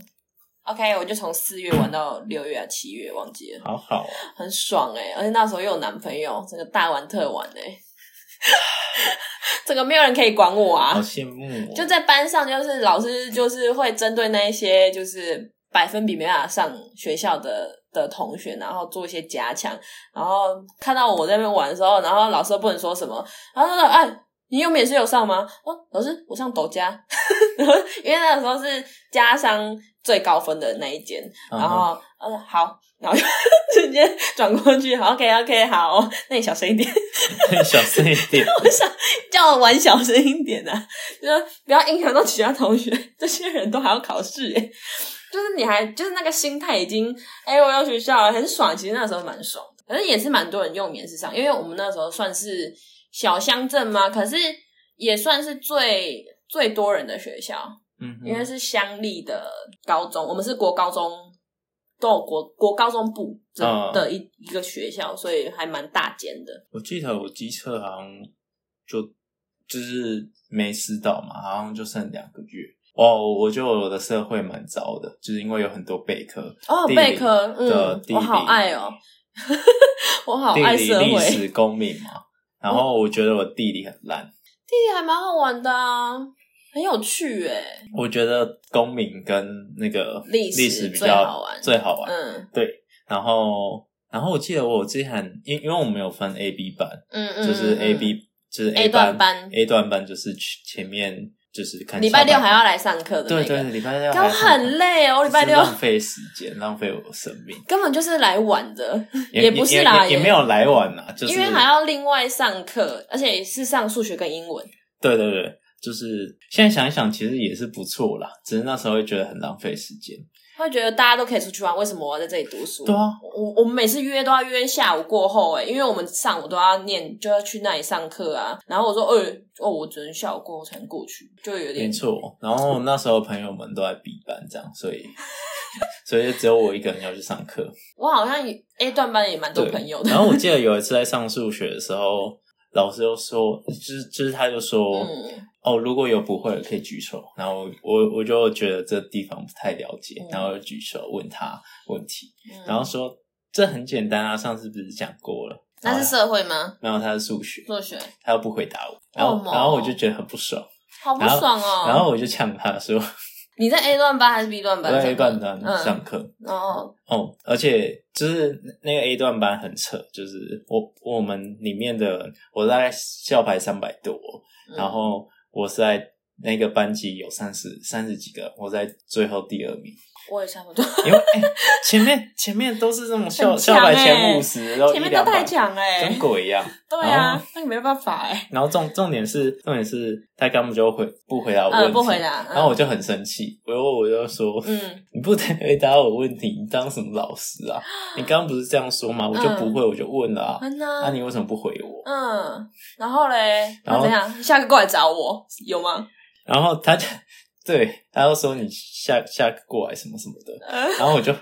Speaker 1: OK，我就从四月玩到六月啊七月，忘记了，
Speaker 2: 好好、哦，
Speaker 1: 很爽哎、而且那时候又有男朋友，整个大玩特玩哎、欸， 整个没有人可以管我
Speaker 2: 好
Speaker 1: 啊！
Speaker 2: 羡慕、哦。
Speaker 1: 就在班上，就是老师就是会针对那一些就是百分比没办法上学校的。的同学，然后做一些加强，然后看到我在那边玩的时候，然后老师都不能说什么，然后他说：“哎，你有免试有上吗？”哦，老师，我上抖加， 然后因为那个时候是家商最高分的那一间，
Speaker 2: 嗯哼
Speaker 1: 然后呃好，然后就直接转过去好，OK OK 好，那你小声一点，
Speaker 2: 小声一 点，
Speaker 1: 我想叫我玩小声一点啊， 就是不要影响到其他同学， 这些人都还要考试耶，就是你还就是那个心态已经，哎、我要学校了很爽，其实那时候蛮爽的，可是也是蛮多人用免试上，因为我们那时候算是小乡镇嘛，可是也算是最最多人的学校，
Speaker 2: 嗯哼，
Speaker 1: 因为是乡里的高中，我们是国高中都有国国高中部的、
Speaker 2: 嗯
Speaker 1: 的一一个学校，所以还蛮大间的。
Speaker 2: 我记得我机测好像就就是没试到嘛，好像就剩两个月。哦，我觉得我的社会蛮糟的，就是因为有很多备课
Speaker 1: 哦，
Speaker 2: 地理
Speaker 1: 贝壳，
Speaker 2: 的
Speaker 1: 嗯，
Speaker 2: 地理
Speaker 1: 我好爱哦， 我好
Speaker 2: 地
Speaker 1: 爱
Speaker 2: 理、
Speaker 1: 社会，
Speaker 2: 历
Speaker 1: 地
Speaker 2: 史、公民嘛。然后我觉得我地理很烂，
Speaker 1: 理还蛮好玩的啊，很有趣诶。
Speaker 2: 我觉得公民跟那个
Speaker 1: 历史
Speaker 2: 历史比
Speaker 1: 最
Speaker 2: 较
Speaker 1: 好玩
Speaker 2: 最好玩。
Speaker 1: 嗯
Speaker 2: 然后，然后我记得我之前，因因为我们有分 A、B 班，
Speaker 1: 嗯嗯，
Speaker 2: 就是 A、
Speaker 1: 嗯
Speaker 2: B 就是
Speaker 1: A 段班
Speaker 2: ，A 段班就是前面就是看
Speaker 1: 礼拜六还
Speaker 2: 要。
Speaker 1: 要来上课的那
Speaker 2: 对
Speaker 1: 个，
Speaker 2: 对，礼拜六
Speaker 1: 然后
Speaker 2: 还
Speaker 1: 很累哦，
Speaker 2: 我
Speaker 1: 我礼拜六
Speaker 2: 浪费时间，浪费我的生命，
Speaker 1: 根本就是来玩的，也不是啦
Speaker 2: 也也
Speaker 1: 也
Speaker 2: 没有来晚啦，就是
Speaker 1: 因为还要另外上课，而且是上数学跟英文。
Speaker 2: 对对对，就是现在想一想，其实也是不错啦，只是那时候会觉得很浪费时间。
Speaker 1: 会觉得大家都可以出去玩，为什么我要在这里读书？
Speaker 2: 对啊，
Speaker 1: 我我们每次约都要约下午过后、欸，哎，因为我们上午都要念，就要去那里上课啊。然后我说，呃、哦，我只能下午过后才能过去，就有
Speaker 2: 没
Speaker 1: 点
Speaker 2: 错。然后那时候朋友们都在 B 班这样， 所以所以就只有我一个人要去上课。
Speaker 1: 我好像也 A 段班也蛮多朋友的，
Speaker 2: 然后我记得有一次在上数学的时候，老师就说，就是就是他就说，
Speaker 1: 嗯，
Speaker 2: 哦，如果有不会的可以举手。然后我我就觉得这地方不太了解
Speaker 1: 嗯，
Speaker 2: 然后就举手问他问题，
Speaker 1: 嗯
Speaker 2: 然后说这很简单啊，上次不是讲过了？
Speaker 1: 那是社会吗？
Speaker 2: 然后他是数学，
Speaker 1: 数学
Speaker 2: 他又不回答我，然
Speaker 1: 为什
Speaker 2: 后
Speaker 1: 么
Speaker 2: 然后我就觉得很不爽，
Speaker 1: 好不
Speaker 2: 然后
Speaker 1: 爽哦。
Speaker 2: 然后我就呛他说，
Speaker 1: 你在 A 段班还是 B 段
Speaker 2: 我
Speaker 1: 班？
Speaker 2: 在 A 段班
Speaker 1: 嗯
Speaker 2: 上课，
Speaker 1: 然后
Speaker 2: 哦，而且就是那个 A 段班很扯，就是我我们里面的我大概校排三百多，
Speaker 1: 嗯
Speaker 2: 然后我是在那个班级有三十三十几个，我在最后第二名，
Speaker 1: 我也差不多，
Speaker 2: 因为、哎，前面前面都是这种校、
Speaker 1: 很强
Speaker 2: 校排前
Speaker 1: 欸
Speaker 2: 五十，然后一
Speaker 1: 前面
Speaker 2: 两
Speaker 1: 都
Speaker 2: 百
Speaker 1: 太，强哎、
Speaker 2: 跟鬼一样。
Speaker 1: 对
Speaker 2: 然
Speaker 1: 啊
Speaker 2: 后，
Speaker 1: 那你没办法哎、
Speaker 2: 然后重重点是重点是他根本就回不回答我问题，
Speaker 1: 嗯，不回。答。嗯
Speaker 2: 然后我就很生气，我就我就说，
Speaker 1: 嗯，
Speaker 2: 你不得回答我问题，你当什么老师啊？你刚刚不是这样说吗？我
Speaker 1: 嗯
Speaker 2: 就不会，我就问了啊。
Speaker 1: 真的、
Speaker 2: 那、你为什么不回我？
Speaker 1: 嗯，然后嘞，
Speaker 2: 然
Speaker 1: 那
Speaker 2: 后
Speaker 1: 怎样？你下个过来找我有吗？
Speaker 2: 然后他就对，他就说你下下课过来什么什么的。然后我就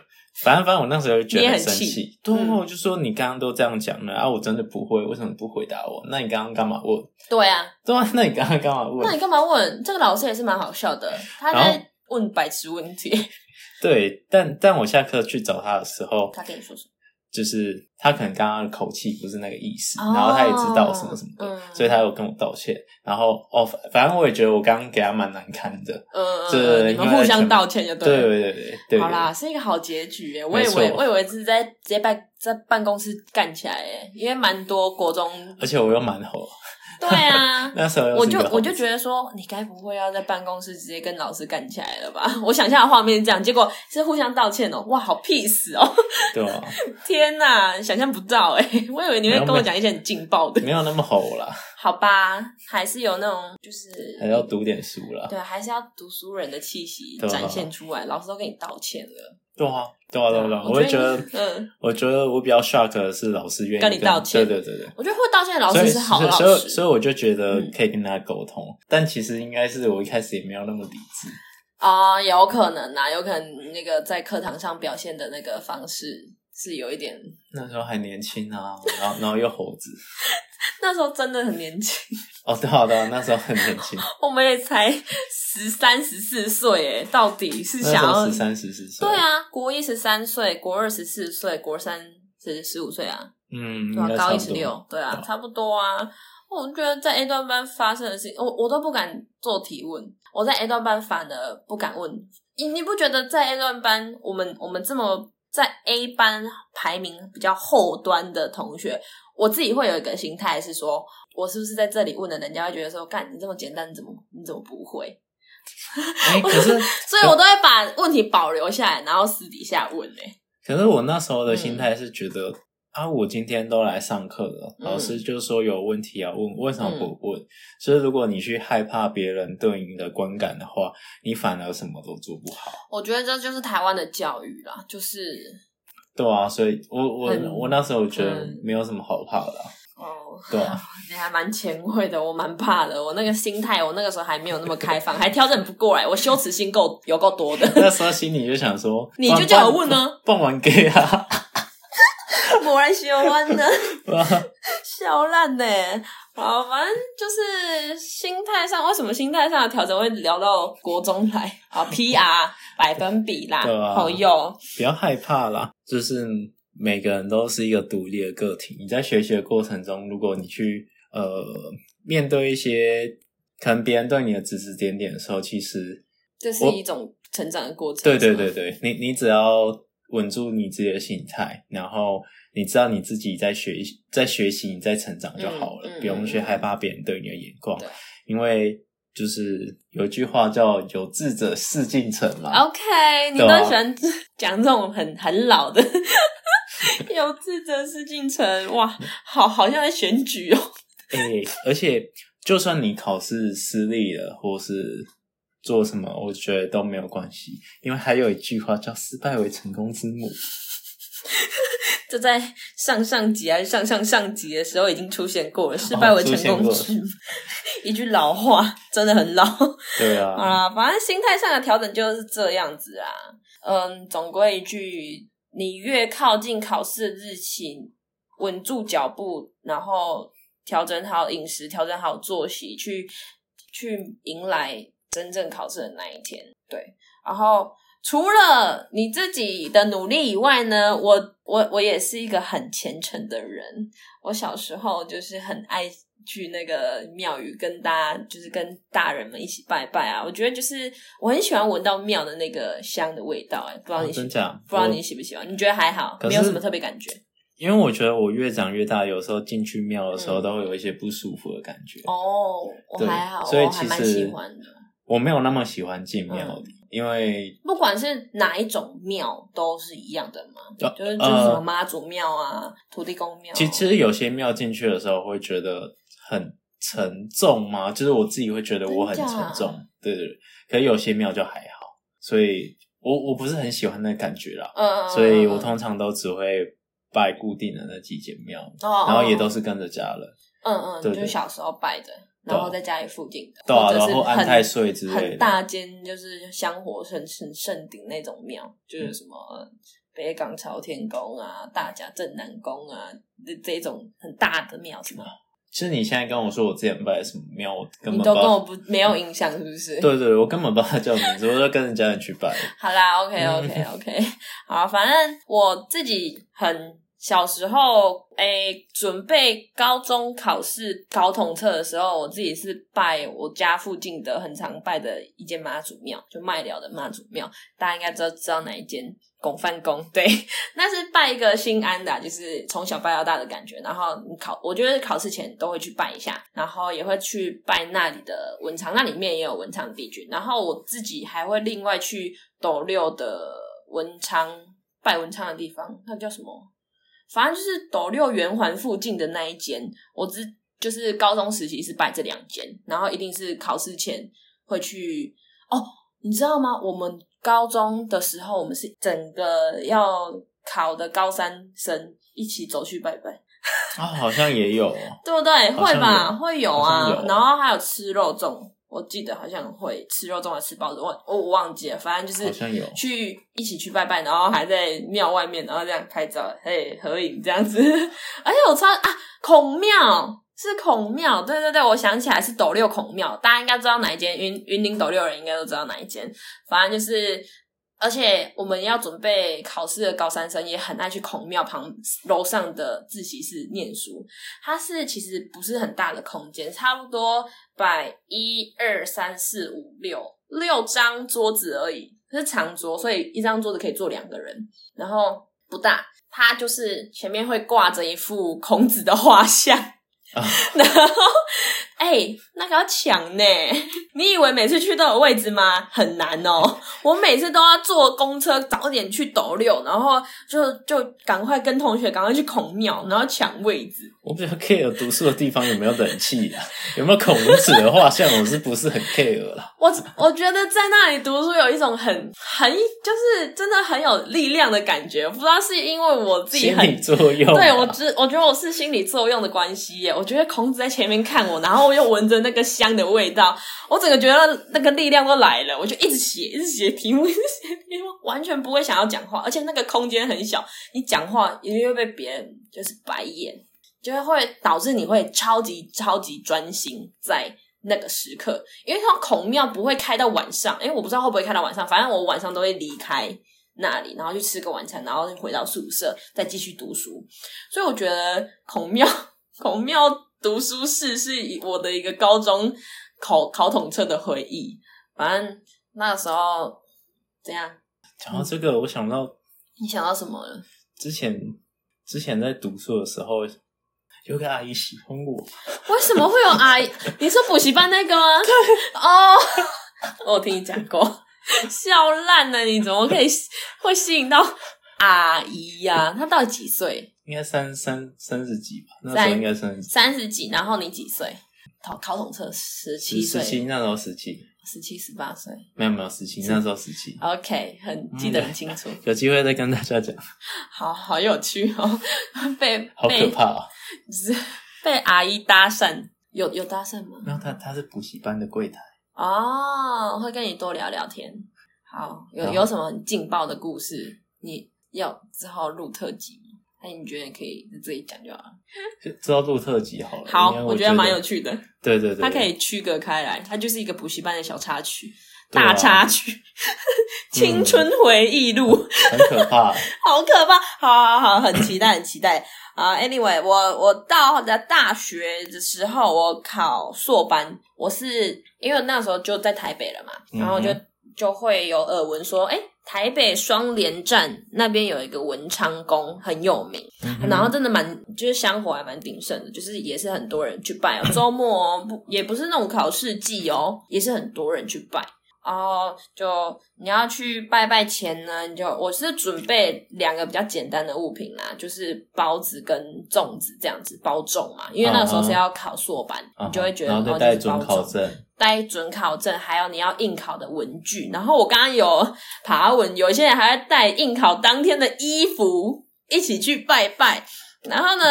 Speaker 2: 反正反正我那时候就
Speaker 1: 嗯
Speaker 2: 觉
Speaker 1: 你
Speaker 2: 得
Speaker 1: 也很
Speaker 2: 生
Speaker 1: 气
Speaker 2: 气，对啊，
Speaker 1: 嗯
Speaker 2: 我就说你刚刚都这样讲了啊，我真的不会，为什么不回答我？那你刚刚干嘛问？
Speaker 1: 对啊，
Speaker 2: 对啊，那你刚刚干嘛
Speaker 1: 那你
Speaker 2: 问？
Speaker 1: 干嘛问？这个老师也是蛮好笑的，他
Speaker 2: 然后
Speaker 1: 在问白痴问题。
Speaker 2: 对，但但我下课去 找他的时候，
Speaker 1: 他跟你说什么？
Speaker 2: 就是他可能刚刚的口气不是那个意思，
Speaker 1: 哦
Speaker 2: 然后他也知道什么什么的，
Speaker 1: 嗯
Speaker 2: 所以他有跟我道歉。然后哦，反反正我也觉得我刚刚给他蛮难堪的。
Speaker 1: 嗯，嗯
Speaker 2: 这
Speaker 1: 你
Speaker 2: 因
Speaker 1: 们
Speaker 2: 为
Speaker 1: 互
Speaker 2: 全
Speaker 1: 相
Speaker 2: 部
Speaker 1: 道歉就
Speaker 2: 对
Speaker 1: 了。
Speaker 2: 对对对对，
Speaker 1: 好啦，是一个好结局耶！我以
Speaker 2: 没
Speaker 1: 为
Speaker 2: 错
Speaker 1: 我以为是在直接办在办公室干起来耶，因为蛮多国中
Speaker 2: 而且我又蛮猴，，
Speaker 1: 对啊
Speaker 2: 那时候又
Speaker 1: 我
Speaker 2: 是一
Speaker 1: 就
Speaker 2: 个猴
Speaker 1: 我就觉得说，你该不会要在办公室直接跟老师干起来了吧？ 我想象的画面是这样，结果是互相道歉哦，哇，好 peace 哦！
Speaker 2: 对啊，
Speaker 1: 天哪，想象不到哎、我以为你会
Speaker 2: 没有
Speaker 1: 跟我
Speaker 2: 没
Speaker 1: 讲一些很劲爆的。
Speaker 2: 没有那么猴啦，
Speaker 1: 好吧，还是有那种就是
Speaker 2: 还要读点书啦。
Speaker 1: 对，还是要读书人的气息
Speaker 2: 对啊
Speaker 1: 展现出来。老师都跟你道歉了，
Speaker 2: 对啊，对啊，对啊，对啊
Speaker 1: 我
Speaker 2: 我会
Speaker 1: 觉
Speaker 2: 觉
Speaker 1: 得
Speaker 2: 得，
Speaker 1: 嗯，
Speaker 2: 我觉得我比较 shock 的是老师愿意
Speaker 1: 跟你道歉
Speaker 2: 对对对对。
Speaker 1: 我觉得会道歉的老
Speaker 2: 所以，
Speaker 1: 师是好老
Speaker 2: 所以，
Speaker 1: 师嗯
Speaker 2: 所以我就觉得可以跟他沟通，但其实应该是我一开始也没有那么理智。
Speaker 1: 啊、有可能啊，有可能那个在课堂上表现的那个方式是有一点，
Speaker 2: 那时候还年轻啊，然后然后又猴子，
Speaker 1: 那时候真的很年轻。
Speaker 2: 哦，对啊，对啊，那时候很年 轻，
Speaker 1: 我们也才十三、十四岁，哎，到底是
Speaker 2: 那
Speaker 1: 想
Speaker 2: 时候
Speaker 1: 要
Speaker 2: 十三十四岁，
Speaker 1: 对，啊，国一十三岁，国二十四岁，国三十十五岁啊，
Speaker 2: 嗯，
Speaker 1: 对
Speaker 2: 应
Speaker 1: 吧、
Speaker 2: 该差
Speaker 1: 高
Speaker 2: 不
Speaker 1: 一
Speaker 2: 多
Speaker 1: 十六，对啊，
Speaker 2: 对啊
Speaker 1: 差不多啊。我觉得在 A 段班发生的事情，我我都不敢做提问，我在 A 段班反而不敢问。你你不觉得在 A 段班，我们我们这么在 A 班排名比较后端的同学，我自己会有一个心态是说，我是不是在这里问了，人家会觉得说，干你这么简单，你怎么你怎么不会？
Speaker 2: 哎，可是
Speaker 1: 所以我都会把问题保留下来，然后私底下问欸诶、
Speaker 2: 可是我那时候的
Speaker 1: 嗯
Speaker 2: 心态是觉得、啊，我今天都来上课了，
Speaker 1: 嗯
Speaker 2: 老师就说有问题要问，为什么不问？就是如果你去害怕别人对你的观感的话，你反而什么都做不好。
Speaker 1: 我觉得这就是台湾的教育啦，就是
Speaker 2: 对啊，所以我我、
Speaker 1: 嗯
Speaker 2: 我那时候觉得
Speaker 1: 嗯
Speaker 2: 没有什么好怕的啊、
Speaker 1: 哦，
Speaker 2: 对 啊，
Speaker 1: 你还蛮前卫的，我蛮怕的。我那个心态，我那个时候还没有那么开放，还调整不过来，我羞耻心够有够多的。
Speaker 2: 那时候心里就想说，
Speaker 1: 你就叫我问呢，
Speaker 2: 傍晚给 啊，
Speaker 1: 果然喜欢呢，
Speaker 2: 对啊
Speaker 1: 笑烂呢。好，反正就是心态上，为什么心态上的调整会聊到国中来啊？PR 百分比啦
Speaker 2: 对，啊
Speaker 1: 好用。
Speaker 2: 不要害怕啦，就是每个人都是一个独立的个体。你在学习的过程中，如果你去呃面对一些可能别人对你的指指点点的时候，其实
Speaker 1: 这是
Speaker 2: 我
Speaker 1: 一种成长的过程。
Speaker 2: 对
Speaker 1: 是
Speaker 2: 对
Speaker 1: 吗
Speaker 2: 对对，你你只要稳住你自己的心态，然后你知道你自己在学习在学习你在成长就好了，
Speaker 1: 嗯嗯
Speaker 2: 不用去害怕别人对你的眼光
Speaker 1: 对，
Speaker 2: 因为就是有一句话叫“有志者事竟成”
Speaker 1: 哦
Speaker 2: 嘛。
Speaker 1: OK，你都
Speaker 2: 对啊
Speaker 1: 喜欢讲这种很很老的， 有志者事竟成，哇，好好像在选举哦。
Speaker 2: 哎、而且就算你考试失利了，或是做什么，我觉得都没有关系，因为还有一句话叫“失败为成功之母
Speaker 1: 这在上上集还是上上上集的时候已经出现过了，失败为成功
Speaker 2: 出
Speaker 1: 之
Speaker 2: 现
Speaker 1: 母，一句老话，真的很老。”。
Speaker 2: 对
Speaker 1: 好
Speaker 2: 啊，
Speaker 1: 啦，反正心态上的调整就是这样子啊。嗯，总归一句，你越靠近考试的日期，稳住脚步，然后调整好饮食，调整好作息，去去迎来真正考试的那一天。对，然后除了你自己的努力以外呢，我我我也是一个很虔诚的人。我小时候就是很爱去那个庙宇，跟大家就是跟大人们一起拜拜啊。我觉得就是我很喜欢闻到庙的那个香的味道、哎，不知道你
Speaker 2: 哦
Speaker 1: 喜、
Speaker 2: 真假
Speaker 1: 不知道
Speaker 2: 我
Speaker 1: 你喜不喜欢？你觉得还好，
Speaker 2: 可
Speaker 1: 没有
Speaker 2: 是
Speaker 1: 什么特别感觉
Speaker 2: 因为我觉得我越长越大，有时候进去庙的时候
Speaker 1: 嗯
Speaker 2: 都会有一些不舒服的感觉。
Speaker 1: 哦。我
Speaker 2: 对
Speaker 1: 还好，
Speaker 2: 所以
Speaker 1: 我还
Speaker 2: 其
Speaker 1: 蛮
Speaker 2: 实
Speaker 1: 喜欢的。
Speaker 2: 我没有那么喜欢进庙
Speaker 1: 嗯
Speaker 2: 里，因为
Speaker 1: 不管是哪一种庙都是一样的嘛，
Speaker 2: 呃
Speaker 1: 就是就是什么妈祖庙啊、土地公庙啊，
Speaker 2: 其其实有些庙进去的时候会觉得很沉重吗？就是我自己会觉得我很
Speaker 1: 真啊
Speaker 2: 沉
Speaker 1: 假
Speaker 2: 重，对对对。可是有些庙就还好，所以我我不是很喜欢那感觉啦，
Speaker 1: 嗯，
Speaker 2: 所以我通常都只会拜固定的那几间庙，
Speaker 1: 然
Speaker 2: 然后也都是跟着家人，
Speaker 1: 哦嗯嗯，
Speaker 2: 对
Speaker 1: 就是
Speaker 2: 对
Speaker 1: 小时候拜的，
Speaker 2: 对啊
Speaker 1: 然后在家里附近的，
Speaker 2: 对啊，
Speaker 1: 或者
Speaker 2: 然
Speaker 1: 是
Speaker 2: 后安
Speaker 1: 很
Speaker 2: 太岁之类
Speaker 1: 很
Speaker 2: 的，
Speaker 1: 大间，就是香火很很盛鼎那种庙，就是什么
Speaker 2: 嗯
Speaker 1: 呃北港朝天宫啊、大甲镇南宫啊，这这种很大的庙什么，
Speaker 2: 其实你现在跟我说我之前拜什么庙，我根
Speaker 1: 你
Speaker 2: 本不知
Speaker 1: 都跟我
Speaker 2: 道。
Speaker 1: 不没有印象是不是？
Speaker 2: 对对对，我根本不知道叫名字，我就跟着家人去拜。
Speaker 1: 好啦，OK OK OK，好， 反正我自己很小时候，诶、准备高中考试高统测的时候，我自己是拜我家附近的很常拜的一间妈祖庙，就麦寮的妈祖庙，大家应该知道知道哪一间。拱饭宫对， 那是拜一个心安的啊、就是从小拜到大的感觉。然后你考，我觉得考试前都会去拜一下，然后也会去拜那里的文昌，那里面也有文昌帝君。然后我自己还会另外去斗六的文昌拜文昌的地方，那叫什么？反正就是斗六圆环附近的那一间，我只就是高中时期是拜这两间，然后一定是考试前会去哦，你知道吗？我们高中的时候，我们是整个要考的高三生一起走去拜拜，
Speaker 2: 啊，好像也有哦，
Speaker 1: 对不对？
Speaker 2: 好像
Speaker 1: 会吧，
Speaker 2: 有
Speaker 1: 会有
Speaker 2: 好
Speaker 1: 啊。
Speaker 2: 像有
Speaker 1: 然后还有吃肉粽，我记得好像会吃肉粽还是吃包子，我我我忘记了，反正就是
Speaker 2: 好像有
Speaker 1: 去一起去拜拜，然后还在庙外面，然后这样拍照，嘿，合影这样子。 而且我超啊，孔庙是孔庙，对对对，我想起来是斗六孔庙，大家应该知道哪一间，云云林斗六人应该都知道哪一间。反正就是，而且我们要准备考试的高三生也很爱去孔庙旁楼上的自习室念书。它是其实不是很大的空间，差不多摆一二三四五六六张桌子而已，是长桌，所以一张桌子可以坐两个人，然后不大。它就是前面会挂着一幅孔子的画像，
Speaker 2: 啊
Speaker 1: 然后哎、那个要抢呢？你以为每次去都有位置吗？很难哦、我每次都要坐公车早点去斗六，然后就就赶快跟同学赶快去孔庙，然后抢位置。
Speaker 2: 我比较 care 读书的地方有没有冷气啊， 有没有孔子的画像，我是不是很 care 啦？
Speaker 1: 我我觉得在那里读书有一种很很就是真的很有力量的感觉，不知道是因为我 自己
Speaker 2: 心
Speaker 1: 很
Speaker 2: 理作用啊、
Speaker 1: 对我只我觉得我是心理作用的关系耶。我觉得孔子在前面看我，然后我又闻着那个香的味道，我整个觉得那个力量都来了，我就一直写，一直写题目，一直写题目，完全不会想要讲话，而且那个空间很小，你讲话一定会被别人就是白眼，就会导致你会超级超级专心在。那个时刻，因为像孔庙不会开到晚上，因为我不知道会不会开到晚上，反正我晚上都会离开那里，然后去吃个晚餐，然后回到宿舍再继续读书。所以我觉得孔庙孔庙读书室是我的一个高中考考统测的回忆。反正那时候怎样？
Speaker 2: 讲到这个，我想到
Speaker 1: 你想到什么了？
Speaker 2: 之前之前在读书的时候，有个阿姨喜欢我，
Speaker 1: 为什么会有阿姨？ 你说补习班那个吗？哦， 我有听你讲过，笑烂了！你怎么可以会吸引到阿姨呀、她到底几岁？
Speaker 2: 应该三三三十几吧，那
Speaker 1: 三
Speaker 2: 时候应该三十几，
Speaker 1: 三十几？然后你几岁？考考统测十七
Speaker 2: 十
Speaker 1: 岁，
Speaker 2: 七那时候十七，
Speaker 1: 十七、十八岁
Speaker 2: 没有没有十七，那时候十七，
Speaker 1: ，OK，很记得很清楚，
Speaker 2: 有机会再跟大家讲，
Speaker 1: 好好有趣哦，被
Speaker 2: 好可
Speaker 1: 被
Speaker 2: 怕哦。
Speaker 1: 就是被阿姨搭讪，有有搭讪吗？
Speaker 2: 没有他，他是补习班的柜台。
Speaker 1: 哦，会跟你多聊聊天。好，有
Speaker 2: 好
Speaker 1: 有什么很劲爆的故事？你要之后录特辑吗？那你觉得你可以在这里讲就好了。
Speaker 2: 就知道录特辑好了。
Speaker 1: 好
Speaker 2: 因为，
Speaker 1: 我
Speaker 2: 觉
Speaker 1: 觉得蛮有。趣的，
Speaker 2: 对对对，
Speaker 1: 它可以区隔开来，它就是一个补习班的小插曲、
Speaker 2: 对啊
Speaker 1: 大插曲、 青春回忆 录，
Speaker 2: 很可 怕。
Speaker 1: 好可怕！好好好，很期待，很期待啊！Anyway，我我到的大学的时候，我考硕班，我是因为那时候就在台北了嘛，然后就、
Speaker 2: 嗯
Speaker 1: 就会有耳闻说，哎、台北双连站那边有一个文昌宫很有名，
Speaker 2: 嗯
Speaker 1: 然后真的蛮就是香火还蛮鼎盛的，就是也是很多人去拜哦，周末哦不也不是那种考试季哦，也是很多人去拜。然后就你要去拜拜前呢，你就我是准备两个比较简单的物品啦，就是包子跟粽子这样子包粽嘛，因为那个时
Speaker 2: 嗯
Speaker 1: 候是要考硕班，
Speaker 2: 啊
Speaker 1: 你就会觉得
Speaker 2: 然后
Speaker 1: 哦
Speaker 2: 再带
Speaker 1: 就是包
Speaker 2: 准考
Speaker 1: 粽
Speaker 2: 证，
Speaker 1: 带准考证，还有你要应考的文具。然后我刚刚有爬文，有一些人还会带应考当天的衣服一起去拜拜。然后呢，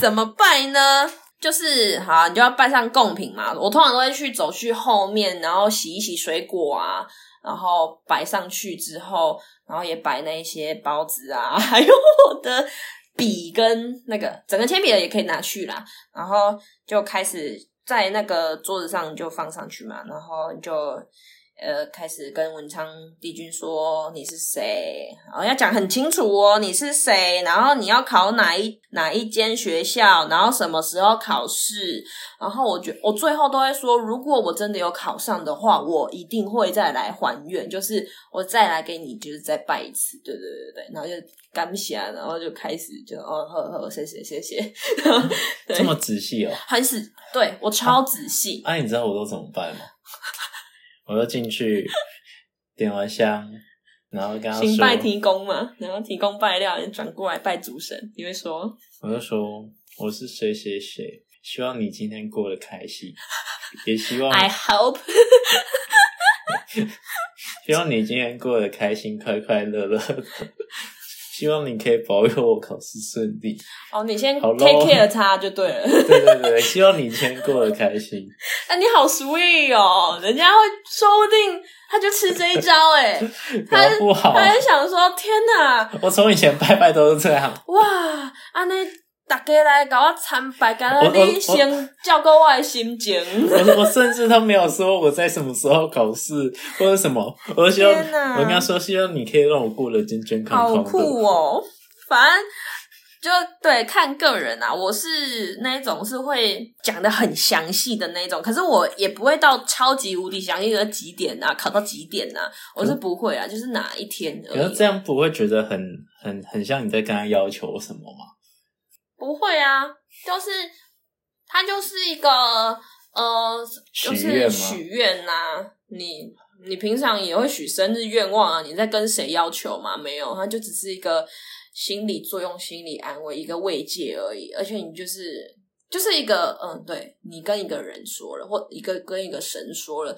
Speaker 1: 怎么拜呢？就是好，你就要拜上贡品嘛。我通常都会去走去后面，然后洗一洗水果啊，然后摆上去之后，然后也摆那一些包子啊， 还有我的笔跟那个整个铅笔的也可以拿去啦。然后就开始在那个桌子上就放上去嘛，然后你就呃开始跟文昌帝君说你是谁，然后要讲很清楚哦，你是谁，然后你要考哪一哪一间学校，然后什么时候考试，然后我觉我最后都会说，如果我真的有考上的话，我一定会再来还愿，就是我再来给你，就是再拜一次，对对对对，然后就感谢，啊然后就开始就哦呵呵，谢谢谢谢，对
Speaker 2: 这么仔细哦。
Speaker 1: 很仔，对我超仔细。
Speaker 2: 哎，你知道我都怎 么办吗？我就进去点完香，然后跟他
Speaker 1: 行拜
Speaker 2: 说，
Speaker 1: 提供嘛，然后提供拜料，你转过来拜主神，你会说
Speaker 2: 我就说我是谁谁谁，希望你今天过得开心，也希望
Speaker 1: I hope
Speaker 2: 希望你今天过得开心，快快乐乐的。希望你可以保佑我考试顺利。
Speaker 1: 哦，你先
Speaker 2: 好
Speaker 1: take
Speaker 2: 咯
Speaker 1: care 他就对了。 哎
Speaker 2: 对对对，希望你今天过得开心。
Speaker 1: 那、你好 sweet 哦，人家会说不定他就吃这一招哎， 他
Speaker 2: 搞不 好，
Speaker 1: 他就想说天哪，
Speaker 2: 我从以前拜拜都是这样。
Speaker 1: 哇，安尼大家来搞我参拜，敢
Speaker 2: 我
Speaker 1: 若
Speaker 2: 我
Speaker 1: 你先照顾我的心情。
Speaker 2: 我我甚至都没有说我在什么时候考试或者什么，我都希望
Speaker 1: 天哪
Speaker 2: 我跟他说，希望你可以让我过得健健康
Speaker 1: 好
Speaker 2: 康
Speaker 1: 酷
Speaker 2: 的。
Speaker 1: 哦！反正就对看个人啊，我是那一种是会讲的很详细的那一种，可是我也不会到超级无敌详细的几点啊，考到几点啊，我是不会啊，就是哪一天而
Speaker 2: 可是
Speaker 1: 已
Speaker 2: 这。样不会觉得很很很像你在跟他要求什么吗？
Speaker 1: 不会啊，就是它就是一个呃，就
Speaker 2: 许愿
Speaker 1: 是
Speaker 2: 吗
Speaker 1: 许愿呐、你你平常也会许生日愿望啊？你在跟谁要求吗？没有，它就只是一个心理作用、心理安慰、一个慰藉而已。而且你就是就是一个嗯，对你跟一个人说了，或一个跟一个神说了。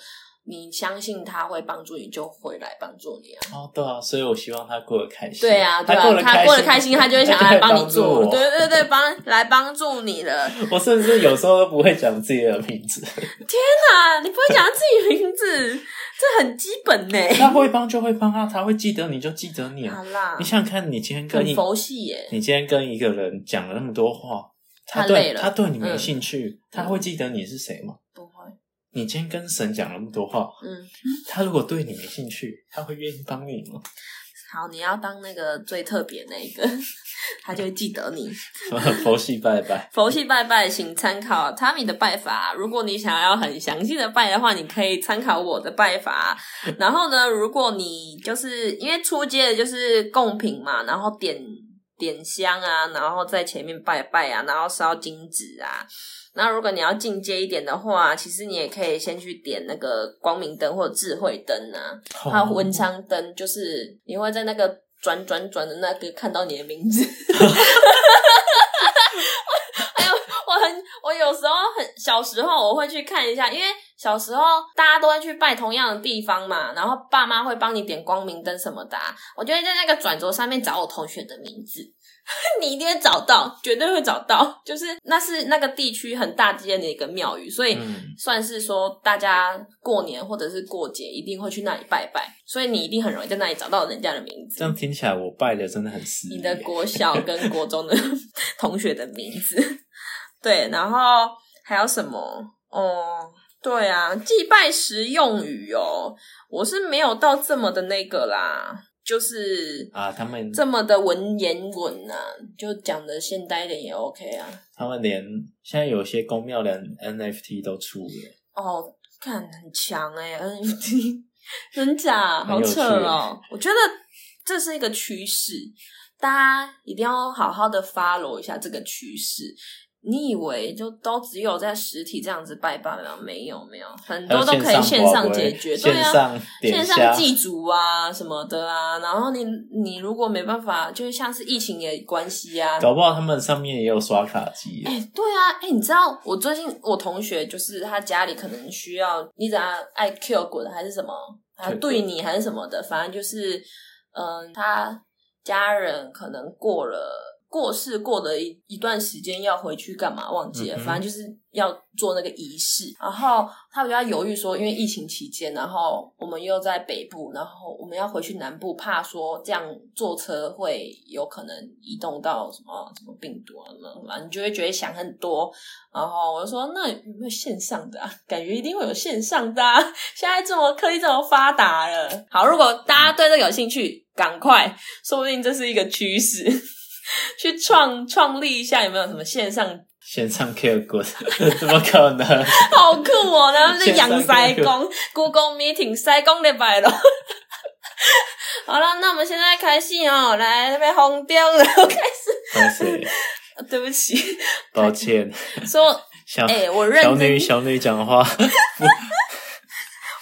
Speaker 1: 你相信他会帮助你，就会来帮助你啊！
Speaker 2: 哦，对啊，所以我希望他过得开心。
Speaker 1: 对啊，对
Speaker 2: 过
Speaker 1: 啊，
Speaker 2: 得
Speaker 1: 他过得开心，他就会想要来帮你
Speaker 2: 他就
Speaker 1: 做
Speaker 2: 会，帮助
Speaker 1: 对
Speaker 2: 我。
Speaker 1: 对对，帮来帮助你了。
Speaker 2: 我甚至有时候都不会讲自己的名 字，
Speaker 1: 啊，你不会讲自己名字，这很基本呢。
Speaker 2: 他会帮就会帮啊，他会记得你就记得你啊。
Speaker 1: 好啦
Speaker 2: 你，想想看，你今天跟
Speaker 1: 很
Speaker 2: 一
Speaker 1: 佛系耶，
Speaker 2: 你今天跟一个人讲了那么多话，
Speaker 1: 他累
Speaker 2: 对
Speaker 1: 了
Speaker 2: 他对你没
Speaker 1: 嗯
Speaker 2: 兴趣，他会记得你是谁吗？
Speaker 1: 不会，
Speaker 2: 你今天跟神讲了那么多话，
Speaker 1: 嗯，
Speaker 2: 他如果对你没兴趣，他会愿意帮你 吗？
Speaker 1: 好，你要当那个最特别那一个， 他就会记得你。
Speaker 2: 佛系拜拜，
Speaker 1: 佛系拜拜，请参考 Tammy 的拜法。如果你想要很详细的拜的话，你可以参考我的拜法。然后呢，如果你就是因为初阶的就是贡品嘛，然后点点香啊，然后在前面拜拜啊，然后烧金纸啊。那如果你要进阶一点的话，其实你也可以先去点那个光明灯或者智慧灯啊。还有文
Speaker 2: 嗯
Speaker 1: 昌灯，就是你会在那个转转转的那 个看到你的名字。哎呦，我很我我有时候很小时候我会去看一下，因为小时候大家都会去拜同样的地方嘛，然后爸妈会帮你点光明灯什么的、啊，我就会在那个转轴上面找我同学的名字。 你一定会找到，绝对会找到。就是那是那个地区很大间的一个庙宇，所以
Speaker 2: 嗯
Speaker 1: 算是说大家过年或者是过节一定会去那里拜拜，所以你一定很容易在那里找到人家的名
Speaker 2: 这
Speaker 1: 字
Speaker 2: 样。听起来我拜的真的很失礼
Speaker 1: 你的国小跟国中的 同学的名字， 对，然后还有什么？哦，对啊，祭拜时用语哦，我是没有到这么的那个啦，就是
Speaker 2: 啊，他们
Speaker 1: 这么的文言文啊，就讲的现代一点也 OK 啊。
Speaker 2: 他们连现在有些公庙连 NFT 都出了，
Speaker 1: 哦，看很强哎、n f t 真假
Speaker 2: 很
Speaker 1: 好
Speaker 2: 有
Speaker 1: 扯哦。我觉得这是一个趋势，大家一定要好好的 follow 一下这个趋势。你以为就都只有在实体这样子拜拜吗？没有没有，很
Speaker 2: 还有
Speaker 1: 多都可以线
Speaker 2: 上
Speaker 1: 上
Speaker 2: 刮
Speaker 1: 解
Speaker 2: 龟
Speaker 1: 决，对
Speaker 2: 线
Speaker 1: 啊，
Speaker 2: 上点
Speaker 1: 线
Speaker 2: 虾
Speaker 1: 上祭祖啊什么的啊。然后你你如果没办法，就是像是疫情也关系啊，
Speaker 2: 搞不好他们上面也有刷卡机耶
Speaker 1: 哎、对啊，哎、你知道我最近我同学就是他家里可能需要你怎样爱 Q 滚还是什么，还
Speaker 2: Q
Speaker 1: 对
Speaker 2: 滚
Speaker 1: 你还是什么的，反正就是嗯，他家人可能过了。过世过了一一段时间要回去干嘛忘记了，
Speaker 2: 嗯哼
Speaker 1: 反正就是要做那个仪式。然后他们就在犹豫说，因为疫情期间，然后我们又在北部，然后我们要回去南部，怕说这样坐车会有可能移动到什么什么病毒啊什么，反正你就会觉得想很多。然后我就说，那有没有线上的、啊？感觉一定会有线上的、啊。现在这么科技这么发达了，好，如果大家对这个有兴趣，赶快，说不定这是一个趋势， 去创创立一下有没有什么线上，
Speaker 2: 线上 Q 滚， 怎么可 能？
Speaker 1: 好酷哦！然后是
Speaker 2: 线上
Speaker 1: 养塞
Speaker 2: QQ
Speaker 1: 工，Google Meeting 塞工的摆了。 好了，那我们现在开戏哦，来那边红标了， 开始。
Speaker 2: 抱歉，
Speaker 1: 对不起，
Speaker 2: 抱歉，
Speaker 1: 说
Speaker 2: 小、
Speaker 1: 哎、我哎认
Speaker 2: 啊小
Speaker 1: 真
Speaker 2: 女小女讲话，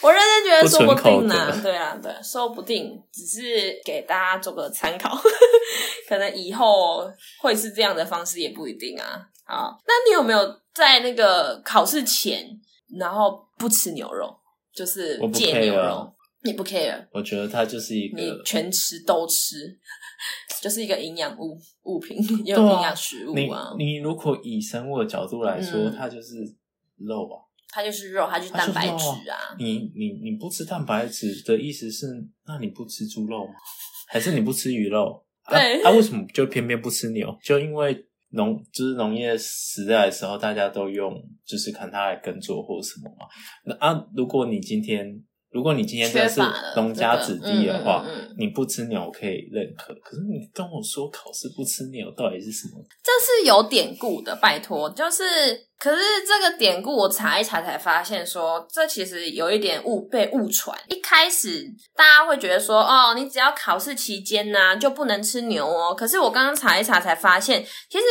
Speaker 1: 我认真觉得说不定
Speaker 2: 不
Speaker 1: 啦
Speaker 2: 纯口，德
Speaker 1: 对啊，对，说不定只是给大家做个参考， 可能以后会是这样的方式也不一定啊。好，那你有没有在那个考试前，然后不吃牛肉，就是
Speaker 2: 我不
Speaker 1: 戒牛
Speaker 2: care 啊
Speaker 1: 肉？你不 care，
Speaker 2: 我觉得它就是一
Speaker 1: 你
Speaker 2: 个，
Speaker 1: 全吃都吃， 就是一个营养物物品， 也有
Speaker 2: 对啊
Speaker 1: 营养食
Speaker 2: 你
Speaker 1: 物啊。
Speaker 2: 你如果以生物的角度来说，
Speaker 1: 嗯
Speaker 2: 它就是肉啊。
Speaker 1: 它就是肉，它就是
Speaker 2: 它就
Speaker 1: 蛋白
Speaker 2: 是肉啊
Speaker 1: 质啊。
Speaker 2: 你你你不吃蛋白质的意思是，那你不吃猪肉吗？还是你不吃鱼肉？啊
Speaker 1: 对
Speaker 2: 啊，为什么就偏偏不吃牛？就因为农就是农业时代的时候，大家都用就是看它来耕作或什么嘛。那啊，如果你今天如果你今天真的是
Speaker 1: 缺乏了
Speaker 2: 农家
Speaker 1: 这个
Speaker 2: 子弟的话，
Speaker 1: 嗯嗯嗯嗯
Speaker 2: 你不吃牛可以认可，可是你跟我说考试不吃牛，到底是什么？
Speaker 1: 这是有典故的，拜托，就是可是这个典故我查一查才发现说，这其实有一点误被误传。一开始大家会觉得说，哦，你只要考试期间呢、就不能吃牛哦。可是我刚刚查一查才发现，其实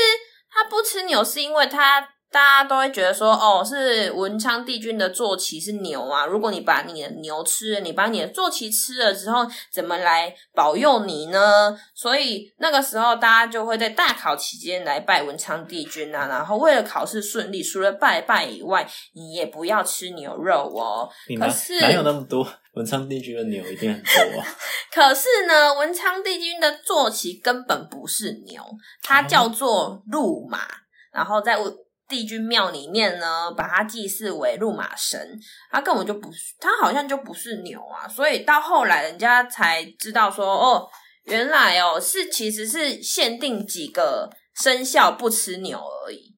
Speaker 1: 他不吃牛是因为他。大家都会觉得说，哦，是文昌帝君的坐骑是牛啊。如果你把你的牛吃了，你把你的坐骑吃了之后，怎么来保佑你呢？所以那个时候，大家就会在大考期间来拜文昌帝君啊。然后为了考试顺利，除了拜拜以外，你也不要吃牛肉哦。
Speaker 2: 你哪
Speaker 1: 可是
Speaker 2: 哪有那么多文昌帝君的牛一定很多 啊？
Speaker 1: 可是呢，文昌帝君的坐骑根本不是牛，它叫做鹿马，然后在文帝君庙里面呢，把它祭祀为鹿马神，它根本就不是，它好像就不是牛啊，所以到后来人家才知道说，哦，原来哦是其实是限定几个生肖不吃牛而已，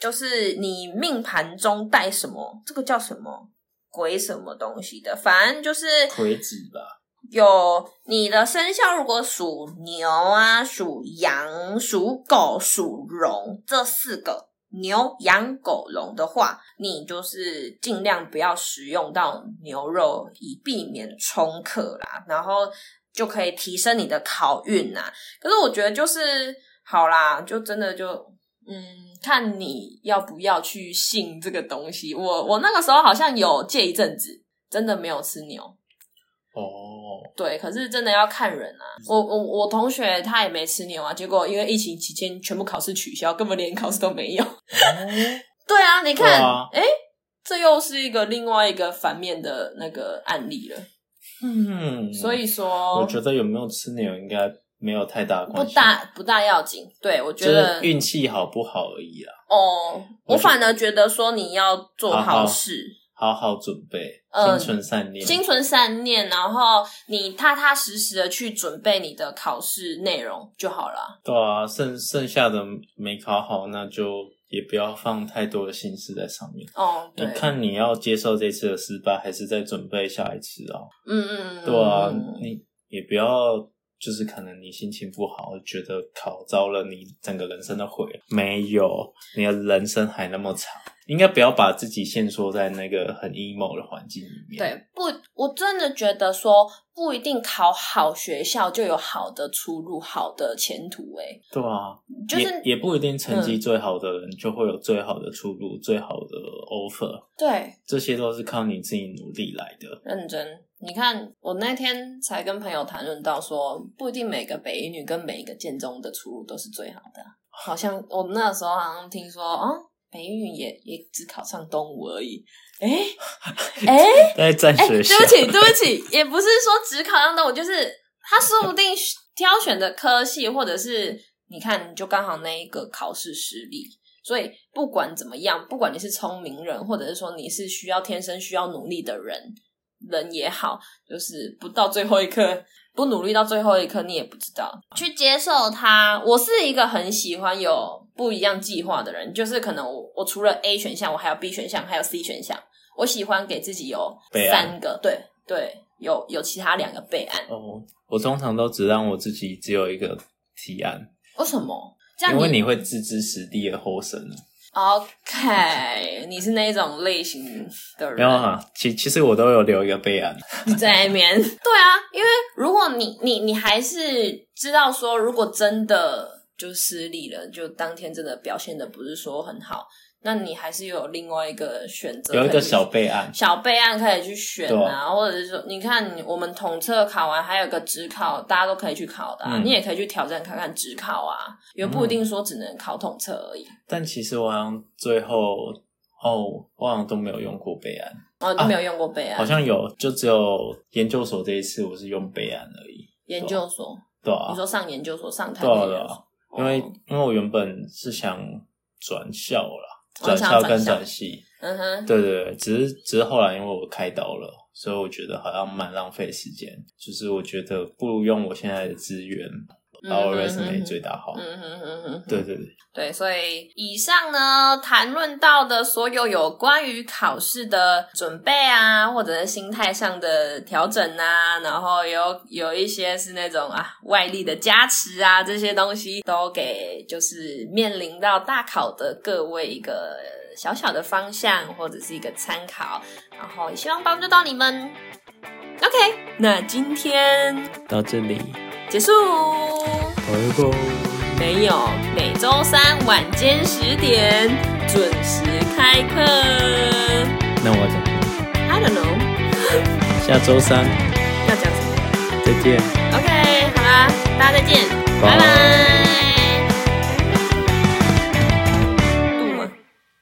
Speaker 1: 就是你命盘中带什么，这个叫什么鬼什么东西的，反正就是
Speaker 2: 魁子吧。
Speaker 1: 有你的生肖如果属牛啊、属羊、属狗、属龙这四个牛、羊、狗、龙的话，你就是尽量不要食用到牛肉，以避免冲克啦。然后就可以提升你的考运呐。可是我觉得就是好啦，就真的就。嗯，看你要不要去信这个东西。我我那个时候好像有戒一阵子，真的没有吃牛，
Speaker 2: 哦，
Speaker 1: 对，可是真的要看人啊。我我我同学他也没吃牛啊，结果因为疫情期间全部考试取消，根本连考试都没有。
Speaker 2: 哦
Speaker 1: 对对啊，你看
Speaker 2: 对，啊
Speaker 1: 哎、这又是一个另外一个反面的那个案例了。
Speaker 2: 嗯，
Speaker 1: 所以说，
Speaker 2: 我觉得有没有吃牛应该没有太大
Speaker 1: 不
Speaker 2: 关系，
Speaker 1: 大不大要紧。对我觉
Speaker 2: 就
Speaker 1: 得
Speaker 2: 是运气好不好而已啊啦。
Speaker 1: 哦，
Speaker 2: 我
Speaker 1: 我
Speaker 2: 觉得
Speaker 1: 反而觉得说你要做
Speaker 2: 好好
Speaker 1: 好事，
Speaker 2: 好好准备，
Speaker 1: 嗯
Speaker 2: 心存善念，
Speaker 1: 心存善念，然后你踏踏实实的去准备你的考试内容就好了。
Speaker 2: 对啊，剩剩下的没考好，那就也不要放太多的心思在上面。
Speaker 1: 哦，
Speaker 2: 你
Speaker 1: 对，
Speaker 2: 看你要接受这次的失败，还是在准备下一次啊？
Speaker 1: 嗯嗯，嗯
Speaker 2: 对啊，
Speaker 1: 嗯
Speaker 2: 你也不要就是可能你心情不好，觉得考糟了，你整个人生都毁了。没有，你的人生还那么长，应该不要把自己限缩在那个很 emo 的环境里面。，
Speaker 1: 对，不，我真的觉得说不一定考好学校就有好的出路、好的前途、欸。哎，
Speaker 2: 对啊，
Speaker 1: 就是嗯
Speaker 2: 也也不一定成绩最好的人就会有最好的出路、最好的 offer，
Speaker 1: 对，
Speaker 2: 这些都是靠你自己努力来的。
Speaker 1: 认真。你看，我那天才跟朋友谈论到说，不一定每个北一女跟每一个建中的出路都是最好的啊。好像我那时候好像听说，啊、北一女也也只考上东吴而已。哎、哎、
Speaker 2: 在战
Speaker 1: 哎，
Speaker 2: 学校，
Speaker 1: 对不起，对不起，也不是说只考上东吴，就是他说不定挑选的科系，或者是你看，你就刚好那一个考试失利。所以不管怎么样，不管你是聪明人，或者是说你是需要天生需要努力的人，人也好，就是不到最后一刻，不努力到最后一刻，你也不知道去接受它。我是一个很喜欢有不一样计划的人，就是可能我我除了 A 选项，我还有 B 选项，还有 C 选项，我喜欢给自己有
Speaker 2: 备案
Speaker 1: 三个，对对，有有其他两个备案。
Speaker 2: 哦，我通常都只让我自己只有一个提案，
Speaker 1: 为什么？这样
Speaker 2: 因为
Speaker 1: 你
Speaker 2: 你会置之死地而后生啊。
Speaker 1: OK，你是那一种类型的人，
Speaker 2: 没有啊，其其实我都有留一个备案，
Speaker 1: 在那边。对啊，因为如果你你你还是知道说，如果真的就失利了，就当天真的表现的不是说很好，那你还是有另外一个选择，
Speaker 2: 有一
Speaker 1: 可
Speaker 2: 个
Speaker 1: 以
Speaker 2: 小备案。
Speaker 1: 小备案可以去选
Speaker 2: 对
Speaker 1: 啊，或者是说，你看我们统测考完，还有个职考，大家都可以去考的、啊，
Speaker 2: 嗯
Speaker 1: 你也可以去挑战看看职考啊，也不一定说只能考统测而已。
Speaker 2: 但其实我好像最后哦，我好像都没有用过备案，
Speaker 1: 哦，你没有用过备案，
Speaker 2: 好像有，就只有研究所这一次我是用备案而已。
Speaker 1: 研究所，
Speaker 2: 对啊
Speaker 1: 你，说上研究所上台
Speaker 2: 对啊
Speaker 1: 北研
Speaker 2: 对
Speaker 1: 究
Speaker 2: 啊
Speaker 1: 所，，
Speaker 2: 因为
Speaker 1: 哦
Speaker 2: 因为我原本是想转校啦，
Speaker 1: 哦
Speaker 2: 转
Speaker 1: 想
Speaker 2: 校
Speaker 1: 转
Speaker 2: 跟
Speaker 1: 校
Speaker 2: 转系，
Speaker 1: 嗯哼，
Speaker 2: 对对对，只是只是后来因为我开刀了，所以我觉得好像蛮浪费时间，就是我觉得不如用我现在的资源把我
Speaker 1: 嗯哼
Speaker 2: resume
Speaker 1: 哼
Speaker 2: 最大化。
Speaker 1: 嗯哼哼哼，
Speaker 2: 对对对。
Speaker 1: 对，所以以上呢谈论到的所有有关于考试的准备啊，或者是心态上的调整啊，然后有有一些是那种啊外力的加持啊，这些东西都给就是面临到大考的各位一个小小的方向或者是一个参考，然后也希望帮助到你们。OK，那今天
Speaker 2: 到这里，
Speaker 1: 结束。
Speaker 2: 拜拜。
Speaker 1: 没有，每周三晚间十点准时开课。
Speaker 2: 那我讲，
Speaker 1: I don't know
Speaker 2: 下周三
Speaker 1: 要讲什么。
Speaker 2: 再见。
Speaker 1: OK，好啦，大家再见，拜
Speaker 2: 拜
Speaker 1: 拜。